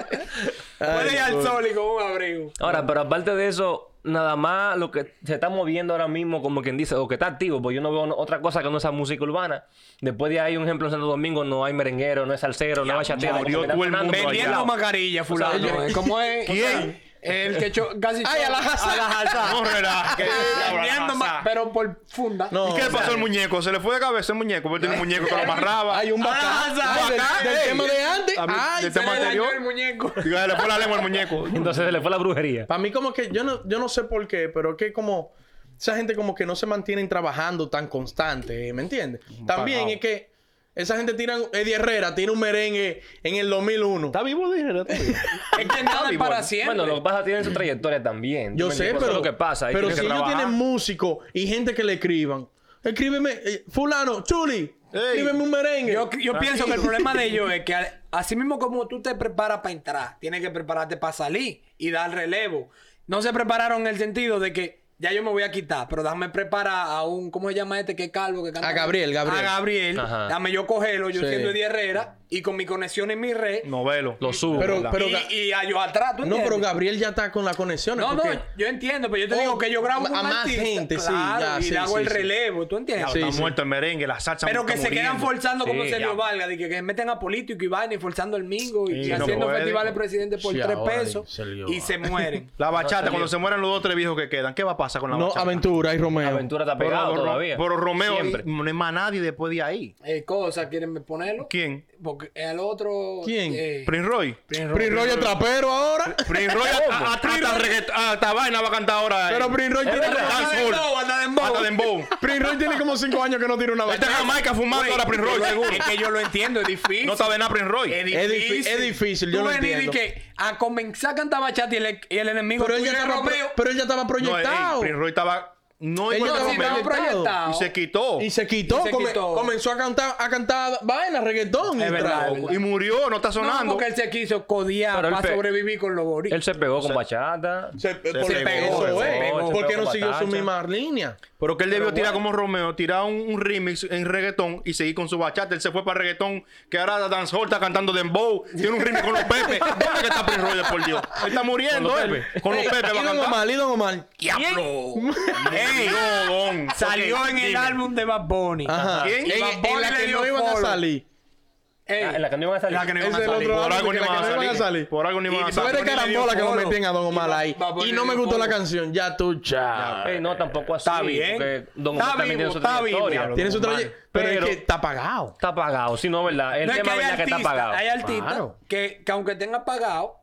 Speaker 3: Puede ir al sol y con un abrigo.
Speaker 4: Ahora, pero aparte de eso, nada más lo que se está moviendo ahora mismo, como quien dice, o que está activo, porque yo no veo no- otra cosa que no sea música urbana. Después de ahí, un ejemplo, en Santo Domingo no hay merenguero, no hay salsero, no hay bachatero.
Speaker 2: murió
Speaker 4: como que
Speaker 2: todo el
Speaker 4: está sonando
Speaker 2: mundo
Speaker 4: por
Speaker 2: allá.
Speaker 4: todos lados.
Speaker 3: mascarilla, fulano.
Speaker 1: yo-
Speaker 3: ¿eh? ¿Cómo es?
Speaker 2: ¿Quién?
Speaker 3: O sea, el que cho casi.
Speaker 1: Ay, a la jaza.
Speaker 3: A la jaza.
Speaker 2: No, relaje.
Speaker 3: Vendiendo ma- Pero por funda.
Speaker 1: No.
Speaker 2: ¿Y qué le pasó al muñeco? Se le fue de cabeza el muñeco, porque tiene un muñeco que lo amarraba.
Speaker 1: Hay un
Speaker 3: Ah,
Speaker 1: bacán.
Speaker 3: ah,
Speaker 1: Ay, del-
Speaker 2: bacán,
Speaker 1: del
Speaker 2: ey.
Speaker 1: tema de antes.
Speaker 2: A mí,
Speaker 1: Ay,
Speaker 2: del
Speaker 1: se
Speaker 2: tema
Speaker 1: me
Speaker 3: Le dañó
Speaker 2: anterior.
Speaker 3: el muñeco.
Speaker 2: Digo, se le fue la lengua al muñeco.
Speaker 4: Entonces se le fue la brujería.
Speaker 1: Para mí como que yo no, yo no sé por qué, pero es que como esa gente como que no se mantienen trabajando tan constante, ¿eh? ¿me entiendes? También
Speaker 2: pagado.
Speaker 1: es que esa gente tira, Eddie Herrera tiene un merengue en el 2001.
Speaker 2: vivo, dije.
Speaker 3: Es que nada es para siempre.
Speaker 4: Bueno, lo que pasa tienen su trayectoria también.
Speaker 1: yo
Speaker 4: ¿Me
Speaker 1: sé,
Speaker 4: entiendes? Eso
Speaker 1: pero
Speaker 4: es lo que pasa. ahí
Speaker 1: Pero
Speaker 4: tienen
Speaker 1: si
Speaker 4: que
Speaker 1: ellos
Speaker 4: trabajar.
Speaker 1: tienen músicos y gente que le escriban, escríbeme, eh, fulano, chuli, escríbeme un merengue.
Speaker 3: Yo, yo pienso que el problema de ellos es que al- así mismo como tú te preparas para entrar, tienes que prepararte para salir y dar relevo. No se prepararon en el sentido de que ya yo me voy a quitar, pero déjame preparar a un, ¿cómo se llama este que es calvo? Que canta?
Speaker 1: A Gabriel, Gabriel.
Speaker 3: A Gabriel.
Speaker 4: Ajá.
Speaker 3: Dame yo cogerlo, yo
Speaker 1: Sí.
Speaker 3: siendo Eddie Herrera, y con mi conexión en mi red.
Speaker 2: Novelo.
Speaker 4: Lo subo.
Speaker 1: Pero-
Speaker 4: ¿verdad?
Speaker 1: pero-
Speaker 3: y, y a yo atrás, ¿tú
Speaker 1: No,
Speaker 3: entiendes?
Speaker 1: pero Gabriel ya está con las conexiones.
Speaker 3: No, no,
Speaker 1: porque-
Speaker 3: yo entiendo, pero yo te
Speaker 1: Oh,
Speaker 3: digo que yo grabo
Speaker 1: a
Speaker 3: con un
Speaker 1: más
Speaker 3: artista,
Speaker 1: gente, sí,
Speaker 3: claro,
Speaker 1: ya,
Speaker 3: y
Speaker 1: sí,
Speaker 3: le hago
Speaker 1: sí,
Speaker 3: el
Speaker 1: sí.
Speaker 3: relevo, ¿tú entiendes?
Speaker 1: Sí,
Speaker 2: está
Speaker 1: sí.
Speaker 2: muerto el merengue, la salsa
Speaker 3: Pero que
Speaker 2: está
Speaker 3: se quedan
Speaker 2: muriendo.
Speaker 3: forzando como
Speaker 4: Sí,
Speaker 3: Sergio
Speaker 4: ya.
Speaker 3: Valga, de que, que meten a político y vaina y forzando el mingo y,
Speaker 2: Sí, no
Speaker 3: haciendo
Speaker 2: puede.
Speaker 3: festivales presidente por
Speaker 1: Sí,
Speaker 3: tres
Speaker 1: ahora
Speaker 3: pesos
Speaker 1: Sergio
Speaker 3: y se mueren.
Speaker 2: La bachata, cuando se mueran los dos o tres viejos que quedan, ¿qué va a pasar con la
Speaker 1: No,
Speaker 2: bachata?
Speaker 1: Aventura y Romeo.
Speaker 4: Aventura está
Speaker 2: Pero,
Speaker 4: pegado
Speaker 2: pero-
Speaker 4: todavía.
Speaker 2: pero Romeo
Speaker 4: Siempre.
Speaker 2: no es más nadie después de ahí.
Speaker 3: eh, cosa, ¿quieren ponerlo?
Speaker 2: ¿Quién?
Speaker 3: Porque el otro.
Speaker 1: ¿Quién?
Speaker 3: eh,
Speaker 2: Prince Roy.
Speaker 3: Prince Roy.
Speaker 1: Prince Roy es trapero ahora.
Speaker 2: Prince Roy hasta- hasta hasta reggaet- hasta vaina va a cantar ahora. eh.
Speaker 1: Pero Prince Roy
Speaker 2: Es
Speaker 1: tiene
Speaker 2: verdad,
Speaker 1: como-
Speaker 2: dancehall.
Speaker 3: Anda de embobo.
Speaker 2: Hasta dembow.
Speaker 1: Prince Roy tiene como cinco años que no tira una
Speaker 2: Está en
Speaker 1: bachata.
Speaker 2: Jamaica fumando ahora Prince Roy, seguro.
Speaker 3: Es que yo lo entiendo, es difícil.
Speaker 2: No sabe nada Prince Roy.
Speaker 3: Es
Speaker 1: Es
Speaker 3: difícil.
Speaker 1: difí- es difícil, yo
Speaker 3: Tú
Speaker 1: lo
Speaker 3: venir y
Speaker 1: entiendo.
Speaker 3: que a comenzar a cantar bachata y el, y el enemigo
Speaker 1: Pero él, ya
Speaker 3: tuyo es
Speaker 1: estaba,
Speaker 3: Romeo.
Speaker 1: pero él ya estaba
Speaker 2: No, eh,
Speaker 1: proyectado.
Speaker 2: Prince Roy estaba. No
Speaker 1: Él
Speaker 2: igual
Speaker 1: ya
Speaker 2: que
Speaker 3: sí,
Speaker 1: estaba
Speaker 2: Romeo.
Speaker 3: estaba proyectado.
Speaker 2: Y se quitó.
Speaker 1: Y se quitó.
Speaker 3: Y se
Speaker 1: come-
Speaker 3: quitó.
Speaker 1: Comenzó a cantar, a cantar vaina, reggaetón.
Speaker 3: Es
Speaker 1: y
Speaker 3: verdad,
Speaker 1: trago.
Speaker 3: es verdad.
Speaker 2: Y murió, no está
Speaker 3: no,
Speaker 2: sonando.
Speaker 3: porque él se quiso codiar
Speaker 4: Pero él
Speaker 3: para
Speaker 4: pe-
Speaker 3: sobrevivir con los boricuas.
Speaker 4: Él se pegó con bachata.
Speaker 1: Se, por-
Speaker 2: se
Speaker 1: eso es,
Speaker 2: pegó, se
Speaker 4: pegó, se
Speaker 1: porque
Speaker 4: pegó
Speaker 1: no siguió su
Speaker 4: batacha.
Speaker 1: misma línea.
Speaker 2: Pero que él debió
Speaker 3: Pero
Speaker 2: tirar
Speaker 3: bueno.
Speaker 2: como Romeo, tirar un, un remix en reggaetón y seguir con su bachata. Él se fue para reggaetón, que ahora Dancehall está cantando Dembow, tiene un remix con los Pepe. ¿Dónde que está Prince Royce, por Dios? Él está muriendo,
Speaker 4: Con los
Speaker 2: ¿eh? Con los
Speaker 1: Ey,
Speaker 2: Pepe va a
Speaker 1: y Don
Speaker 2: cantar.
Speaker 1: Omar, y Don Omar.
Speaker 2: ¡Diablo!
Speaker 3: Ey,
Speaker 2: No, don.
Speaker 3: Salió
Speaker 2: Ok,
Speaker 3: en el
Speaker 2: dime.
Speaker 3: álbum de Bad Bunny.
Speaker 1: Ajá.
Speaker 2: ¿Quién?
Speaker 1: En,
Speaker 2: Y Bad
Speaker 1: en
Speaker 3: Bunny
Speaker 1: la
Speaker 3: le
Speaker 1: que
Speaker 3: dio
Speaker 1: no iban a
Speaker 3: follow.
Speaker 1: salir.
Speaker 3: Ey,
Speaker 4: Ah, en la que no iban a salir.
Speaker 3: la que no
Speaker 1: Ese
Speaker 3: iban a
Speaker 1: es el
Speaker 3: salir.
Speaker 1: otro
Speaker 2: Por
Speaker 1: álbum
Speaker 2: algo
Speaker 1: que
Speaker 2: ni
Speaker 1: la
Speaker 2: van
Speaker 1: que
Speaker 2: a
Speaker 1: no iban
Speaker 2: salir. Por algo ni van a
Speaker 1: Y tú eres
Speaker 2: salir.
Speaker 1: carambola que lo
Speaker 3: Bad Bunny
Speaker 1: metían a Don Omar ahí.
Speaker 3: Bad Bunny
Speaker 1: Y no me
Speaker 3: le dio
Speaker 1: gustó la
Speaker 3: follow.
Speaker 1: canción. Ya tú, chao.
Speaker 4: Eh, no, tampoco así.
Speaker 3: Está bien.
Speaker 4: porque Don
Speaker 3: Está
Speaker 4: Omar
Speaker 3: vivo,
Speaker 4: también tiene su
Speaker 3: está vivo.
Speaker 4: trayectoria.
Speaker 1: Tiene su
Speaker 2: Normal.
Speaker 1: trayectoria. Pero es
Speaker 4: Pero-
Speaker 1: que está pagado.
Speaker 4: Está pagado, sí, no, ¿verdad? El
Speaker 3: No, es que
Speaker 4: tema es
Speaker 3: hay
Speaker 4: verdad que está
Speaker 3: artistas-
Speaker 4: pagado.
Speaker 3: Hay artistas
Speaker 1: Claro.
Speaker 3: que, que aunque tenga pagado,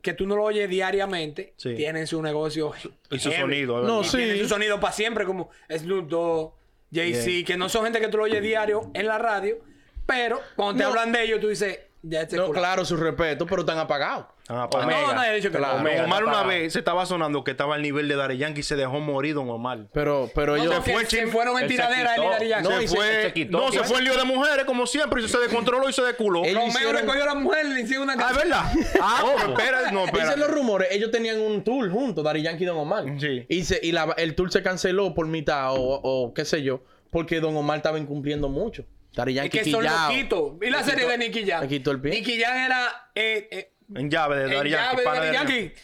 Speaker 3: que tú no lo oyes diariamente,
Speaker 2: Sí.
Speaker 3: tienen su negocio.
Speaker 2: Y su
Speaker 3: heavy.
Speaker 2: sonido, es
Speaker 1: No,
Speaker 2: verdad.
Speaker 3: Y
Speaker 1: sí.
Speaker 3: tienen su sonido para siempre, como Snoop Dogg, Jay-Z, que no son gente que tú lo oyes diario en la radio, pero cuando te
Speaker 1: No.
Speaker 3: hablan de ellos, tú dices, ya este
Speaker 1: No,
Speaker 3: culo.
Speaker 1: claro, su respeto, pero están apagados.
Speaker 2: Ah, para-
Speaker 4: Omega.
Speaker 3: No, no, he dicho que
Speaker 1: Claro.
Speaker 3: no.
Speaker 2: Don
Speaker 4: Omega,
Speaker 2: Omar
Speaker 4: está
Speaker 2: una
Speaker 4: pagado.
Speaker 2: vez se estaba sonando que estaba al nivel de Daddy Yankee y se dejó morir Don Omar.
Speaker 1: Pero, pero
Speaker 3: No,
Speaker 1: ellos.
Speaker 3: no, que
Speaker 2: fue,
Speaker 3: se
Speaker 2: Chim-
Speaker 3: fueron en
Speaker 4: él se
Speaker 3: tiradera él y
Speaker 4: quitó.
Speaker 3: Daddy Yankee.
Speaker 1: No,
Speaker 2: Se
Speaker 1: y se-
Speaker 2: fue,
Speaker 4: se quitó,
Speaker 2: no, se
Speaker 4: ¿quién?
Speaker 2: fue el lío de mujeres, como siempre, y se descontroló y se desculó.
Speaker 1: Él-
Speaker 2: Ah,
Speaker 3: Romeo
Speaker 1: hicieron-
Speaker 3: le cogió a la mujer, le hicieron una
Speaker 2: es verdad. Ah, pero espera, no, espera.
Speaker 1: Dicen los rumores, ellos tenían un tour juntos, Dari Yankee y Don Omar.
Speaker 2: Sí.
Speaker 1: Y, se- y la- el tour se canceló por mitad o, o qué sé yo, porque Don Omar estaba incumpliendo mucho. Dari
Speaker 3: Es
Speaker 1: Yankee
Speaker 3: que son
Speaker 1: quillao.
Speaker 3: loquitos. ¿Y la
Speaker 1: Le
Speaker 3: serie
Speaker 1: quitó-
Speaker 3: de Nicky Jam?
Speaker 1: le quitó el pie.
Speaker 3: Nicky Jam era... eh, eh,
Speaker 2: En llave de
Speaker 3: en llave
Speaker 2: Daddy Yankee.
Speaker 3: de
Speaker 2: pana
Speaker 3: Daddy
Speaker 2: de Daddy
Speaker 3: Yankee.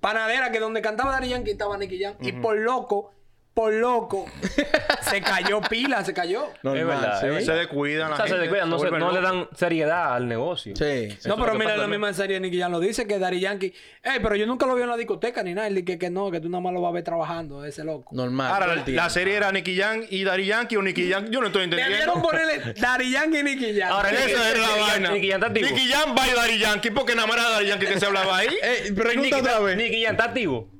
Speaker 3: Panadera, que donde cantaba Daddy Yankee estaba Nicky Jam. Y por loco, por loco, se cayó pila, se cayó.
Speaker 1: Normal,
Speaker 4: Es verdad,
Speaker 1: sí.
Speaker 4: es
Speaker 2: Yankee. Se descuidan.
Speaker 4: O
Speaker 2: la
Speaker 4: sea, se
Speaker 2: gente,
Speaker 4: descuidan, no, se-
Speaker 2: vuelven
Speaker 4: no le
Speaker 2: locos.
Speaker 4: dan seriedad al negocio.
Speaker 1: Sí.
Speaker 3: No,
Speaker 4: es lo
Speaker 3: pero
Speaker 4: que
Speaker 3: mira,
Speaker 4: pasa
Speaker 3: la
Speaker 4: también.
Speaker 3: misma serie Nicky Jam lo dice, que Daddy Yankee... Ey, pero yo nunca lo vi en la discoteca ni nada. Él dice que, que no, que tú nada más lo vas a ver trabajando, ese loco.
Speaker 1: Normal.
Speaker 2: Ahora,
Speaker 1: todo el
Speaker 2: la,
Speaker 1: tiempo.
Speaker 2: la serie era Nicky Yan y Daddy Yankee o Nicky Yan. Yo no estoy
Speaker 3: Debieron
Speaker 2: entendiendo.
Speaker 3: ponerle Daddy Yankee y Nicky Jam.
Speaker 4: Ahora,
Speaker 2: Esa era la
Speaker 4: Nicky Yan-
Speaker 2: vaina.
Speaker 4: Nicky Yan está activo.
Speaker 2: Nicky Yan va y Daddy Yankee. Porque nada más era Daddy Yankee que se hablaba ahí.
Speaker 1: Eh, pregunta otra vez.
Speaker 4: Nicky Jam está activo.
Speaker 3: ah,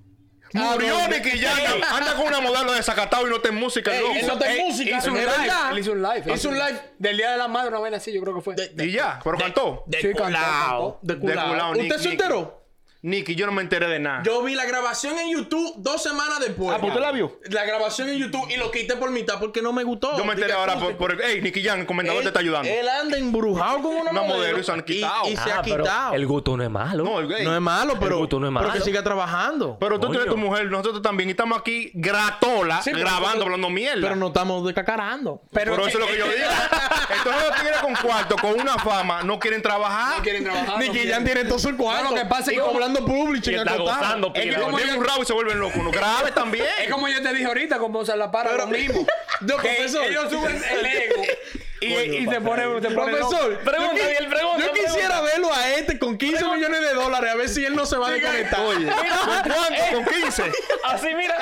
Speaker 2: Murió Nicky Yan. Anda con una modelo desacatado y no está en música.
Speaker 1: Ey,
Speaker 2: loco.
Speaker 1: eso está en
Speaker 3: Ey,
Speaker 1: música.
Speaker 3: Hizo un
Speaker 1: es
Speaker 3: live.
Speaker 1: verdad.
Speaker 3: Él hizo un live.
Speaker 1: Hizo un live.
Speaker 3: Del Día de la Madre, una vez así, yo creo que fue.
Speaker 2: Y ya, pero cantó.
Speaker 1: De
Speaker 3: Sí, cantó,
Speaker 1: culao.
Speaker 3: cantó.
Speaker 1: De
Speaker 2: De
Speaker 1: culao.
Speaker 2: culao,
Speaker 1: ¿Usted
Speaker 2: Nick, Ah.
Speaker 1: se
Speaker 2: Nick.
Speaker 1: enteró?
Speaker 2: Nicky, yo no me enteré de nada.
Speaker 1: Yo vi la grabación en YouTube dos semanas después.
Speaker 2: Ah, ¿pues usted la vio?
Speaker 1: La grabación en YouTube y lo quité por mitad porque no me gustó.
Speaker 2: Yo me enteré
Speaker 1: Dije,
Speaker 2: ahora por,
Speaker 1: acústico.
Speaker 2: por el. Ey, Nicky Yan, el comendador
Speaker 1: Él-
Speaker 2: te está ayudando.
Speaker 1: Él anda embrujado con una,
Speaker 2: Una modelo y se han quitado.
Speaker 1: Y, y se
Speaker 4: Ah,
Speaker 1: ha
Speaker 4: pero
Speaker 1: quitado.
Speaker 4: El gusto no es malo.
Speaker 2: No, el- ey,
Speaker 1: No es malo, pero,
Speaker 4: gusto no es malo.
Speaker 1: pero que siga trabajando.
Speaker 2: Pero tú tienes
Speaker 4: Coño.
Speaker 2: tu mujer, nosotros también. Y estamos aquí gratola,
Speaker 1: Sí, pero
Speaker 2: grabando,
Speaker 1: nosotros-
Speaker 2: hablando mierda.
Speaker 1: Pero no estamos decacarando.
Speaker 2: Pero, eso es lo que yo digo. Entonces los tigres con cuarto, con una fama, no quieren trabajar.
Speaker 3: No quieren
Speaker 2: Ah,
Speaker 3: trabajar. no
Speaker 1: Nicky
Speaker 3: quieren.
Speaker 1: Jan tiene todo su cuarto.
Speaker 3: No, lo que pasa es
Speaker 1: y
Speaker 3: que-
Speaker 1: cobrando publishing.
Speaker 4: Y está
Speaker 1: acotado.
Speaker 4: gozando,
Speaker 2: Es que
Speaker 4: pila.
Speaker 2: como
Speaker 3: yo-
Speaker 2: llega un rabo y se vuelven locos. No grave también.
Speaker 3: Es como yo te dije ahorita con Gonzalo La Parra,
Speaker 1: Pero-
Speaker 3: lo mismo.
Speaker 1: No,
Speaker 3: Que
Speaker 1: profesor.
Speaker 3: Ellos suben el ego y, y se ponen. Se ponen
Speaker 1: Profesor,
Speaker 3: locos.
Speaker 4: Pregunta,
Speaker 1: yo, qui-
Speaker 4: Gabriel, pregunta,
Speaker 1: yo quisiera verlo a este con 15 millones de dólares a ver si él no se va a desconectar.
Speaker 2: Oye, ¿con cuánto? ¿Con 15?
Speaker 4: Así, mira.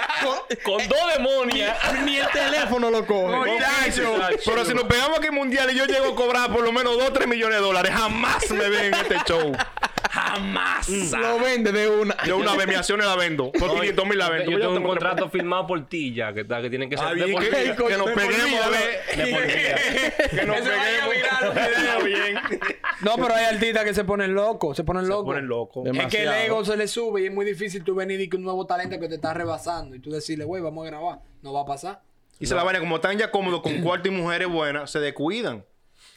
Speaker 4: con dos demonias.
Speaker 1: Ni el teléfono lo coge.
Speaker 2: Con 15. Pero si nos pegamos aquí mundial y yo llego a cobrar por lo menos 2 o 3 millones de dólares, jamás me ven en este show. Mm. Jamás.
Speaker 1: lo vende de una.
Speaker 2: Yo una vez mi acción la vendo. Por 500 mil la
Speaker 4: Yo
Speaker 2: vendo. Ya
Speaker 4: tengo un
Speaker 2: tengo que-
Speaker 4: contrato firmado por ti ya, que, está- que tienen que ser
Speaker 2: Ah,
Speaker 4: de
Speaker 2: bien,
Speaker 4: por
Speaker 2: que,
Speaker 4: vida.
Speaker 2: que nos
Speaker 1: De por
Speaker 2: peguemos
Speaker 1: vida,
Speaker 2: a
Speaker 1: ¿no?
Speaker 2: ver.
Speaker 4: De por vida.
Speaker 2: Que nos
Speaker 3: Que se vaya a
Speaker 2: peguemos.
Speaker 3: virar un video.
Speaker 2: bien.
Speaker 3: No, pero hay artistas que se ponen locos. Se ponen locos.
Speaker 2: Ponen loco.
Speaker 1: De-
Speaker 3: Es que el
Speaker 1: Demasiado.
Speaker 3: ego se le sube y es muy difícil tú venir y que un nuevo talento que te está rebasando y tú decirle, güey, vamos a grabar. No va a pasar.
Speaker 2: Y se la vaina, como están ya cómodos con cuarto y mujeres buenas, se descuidan.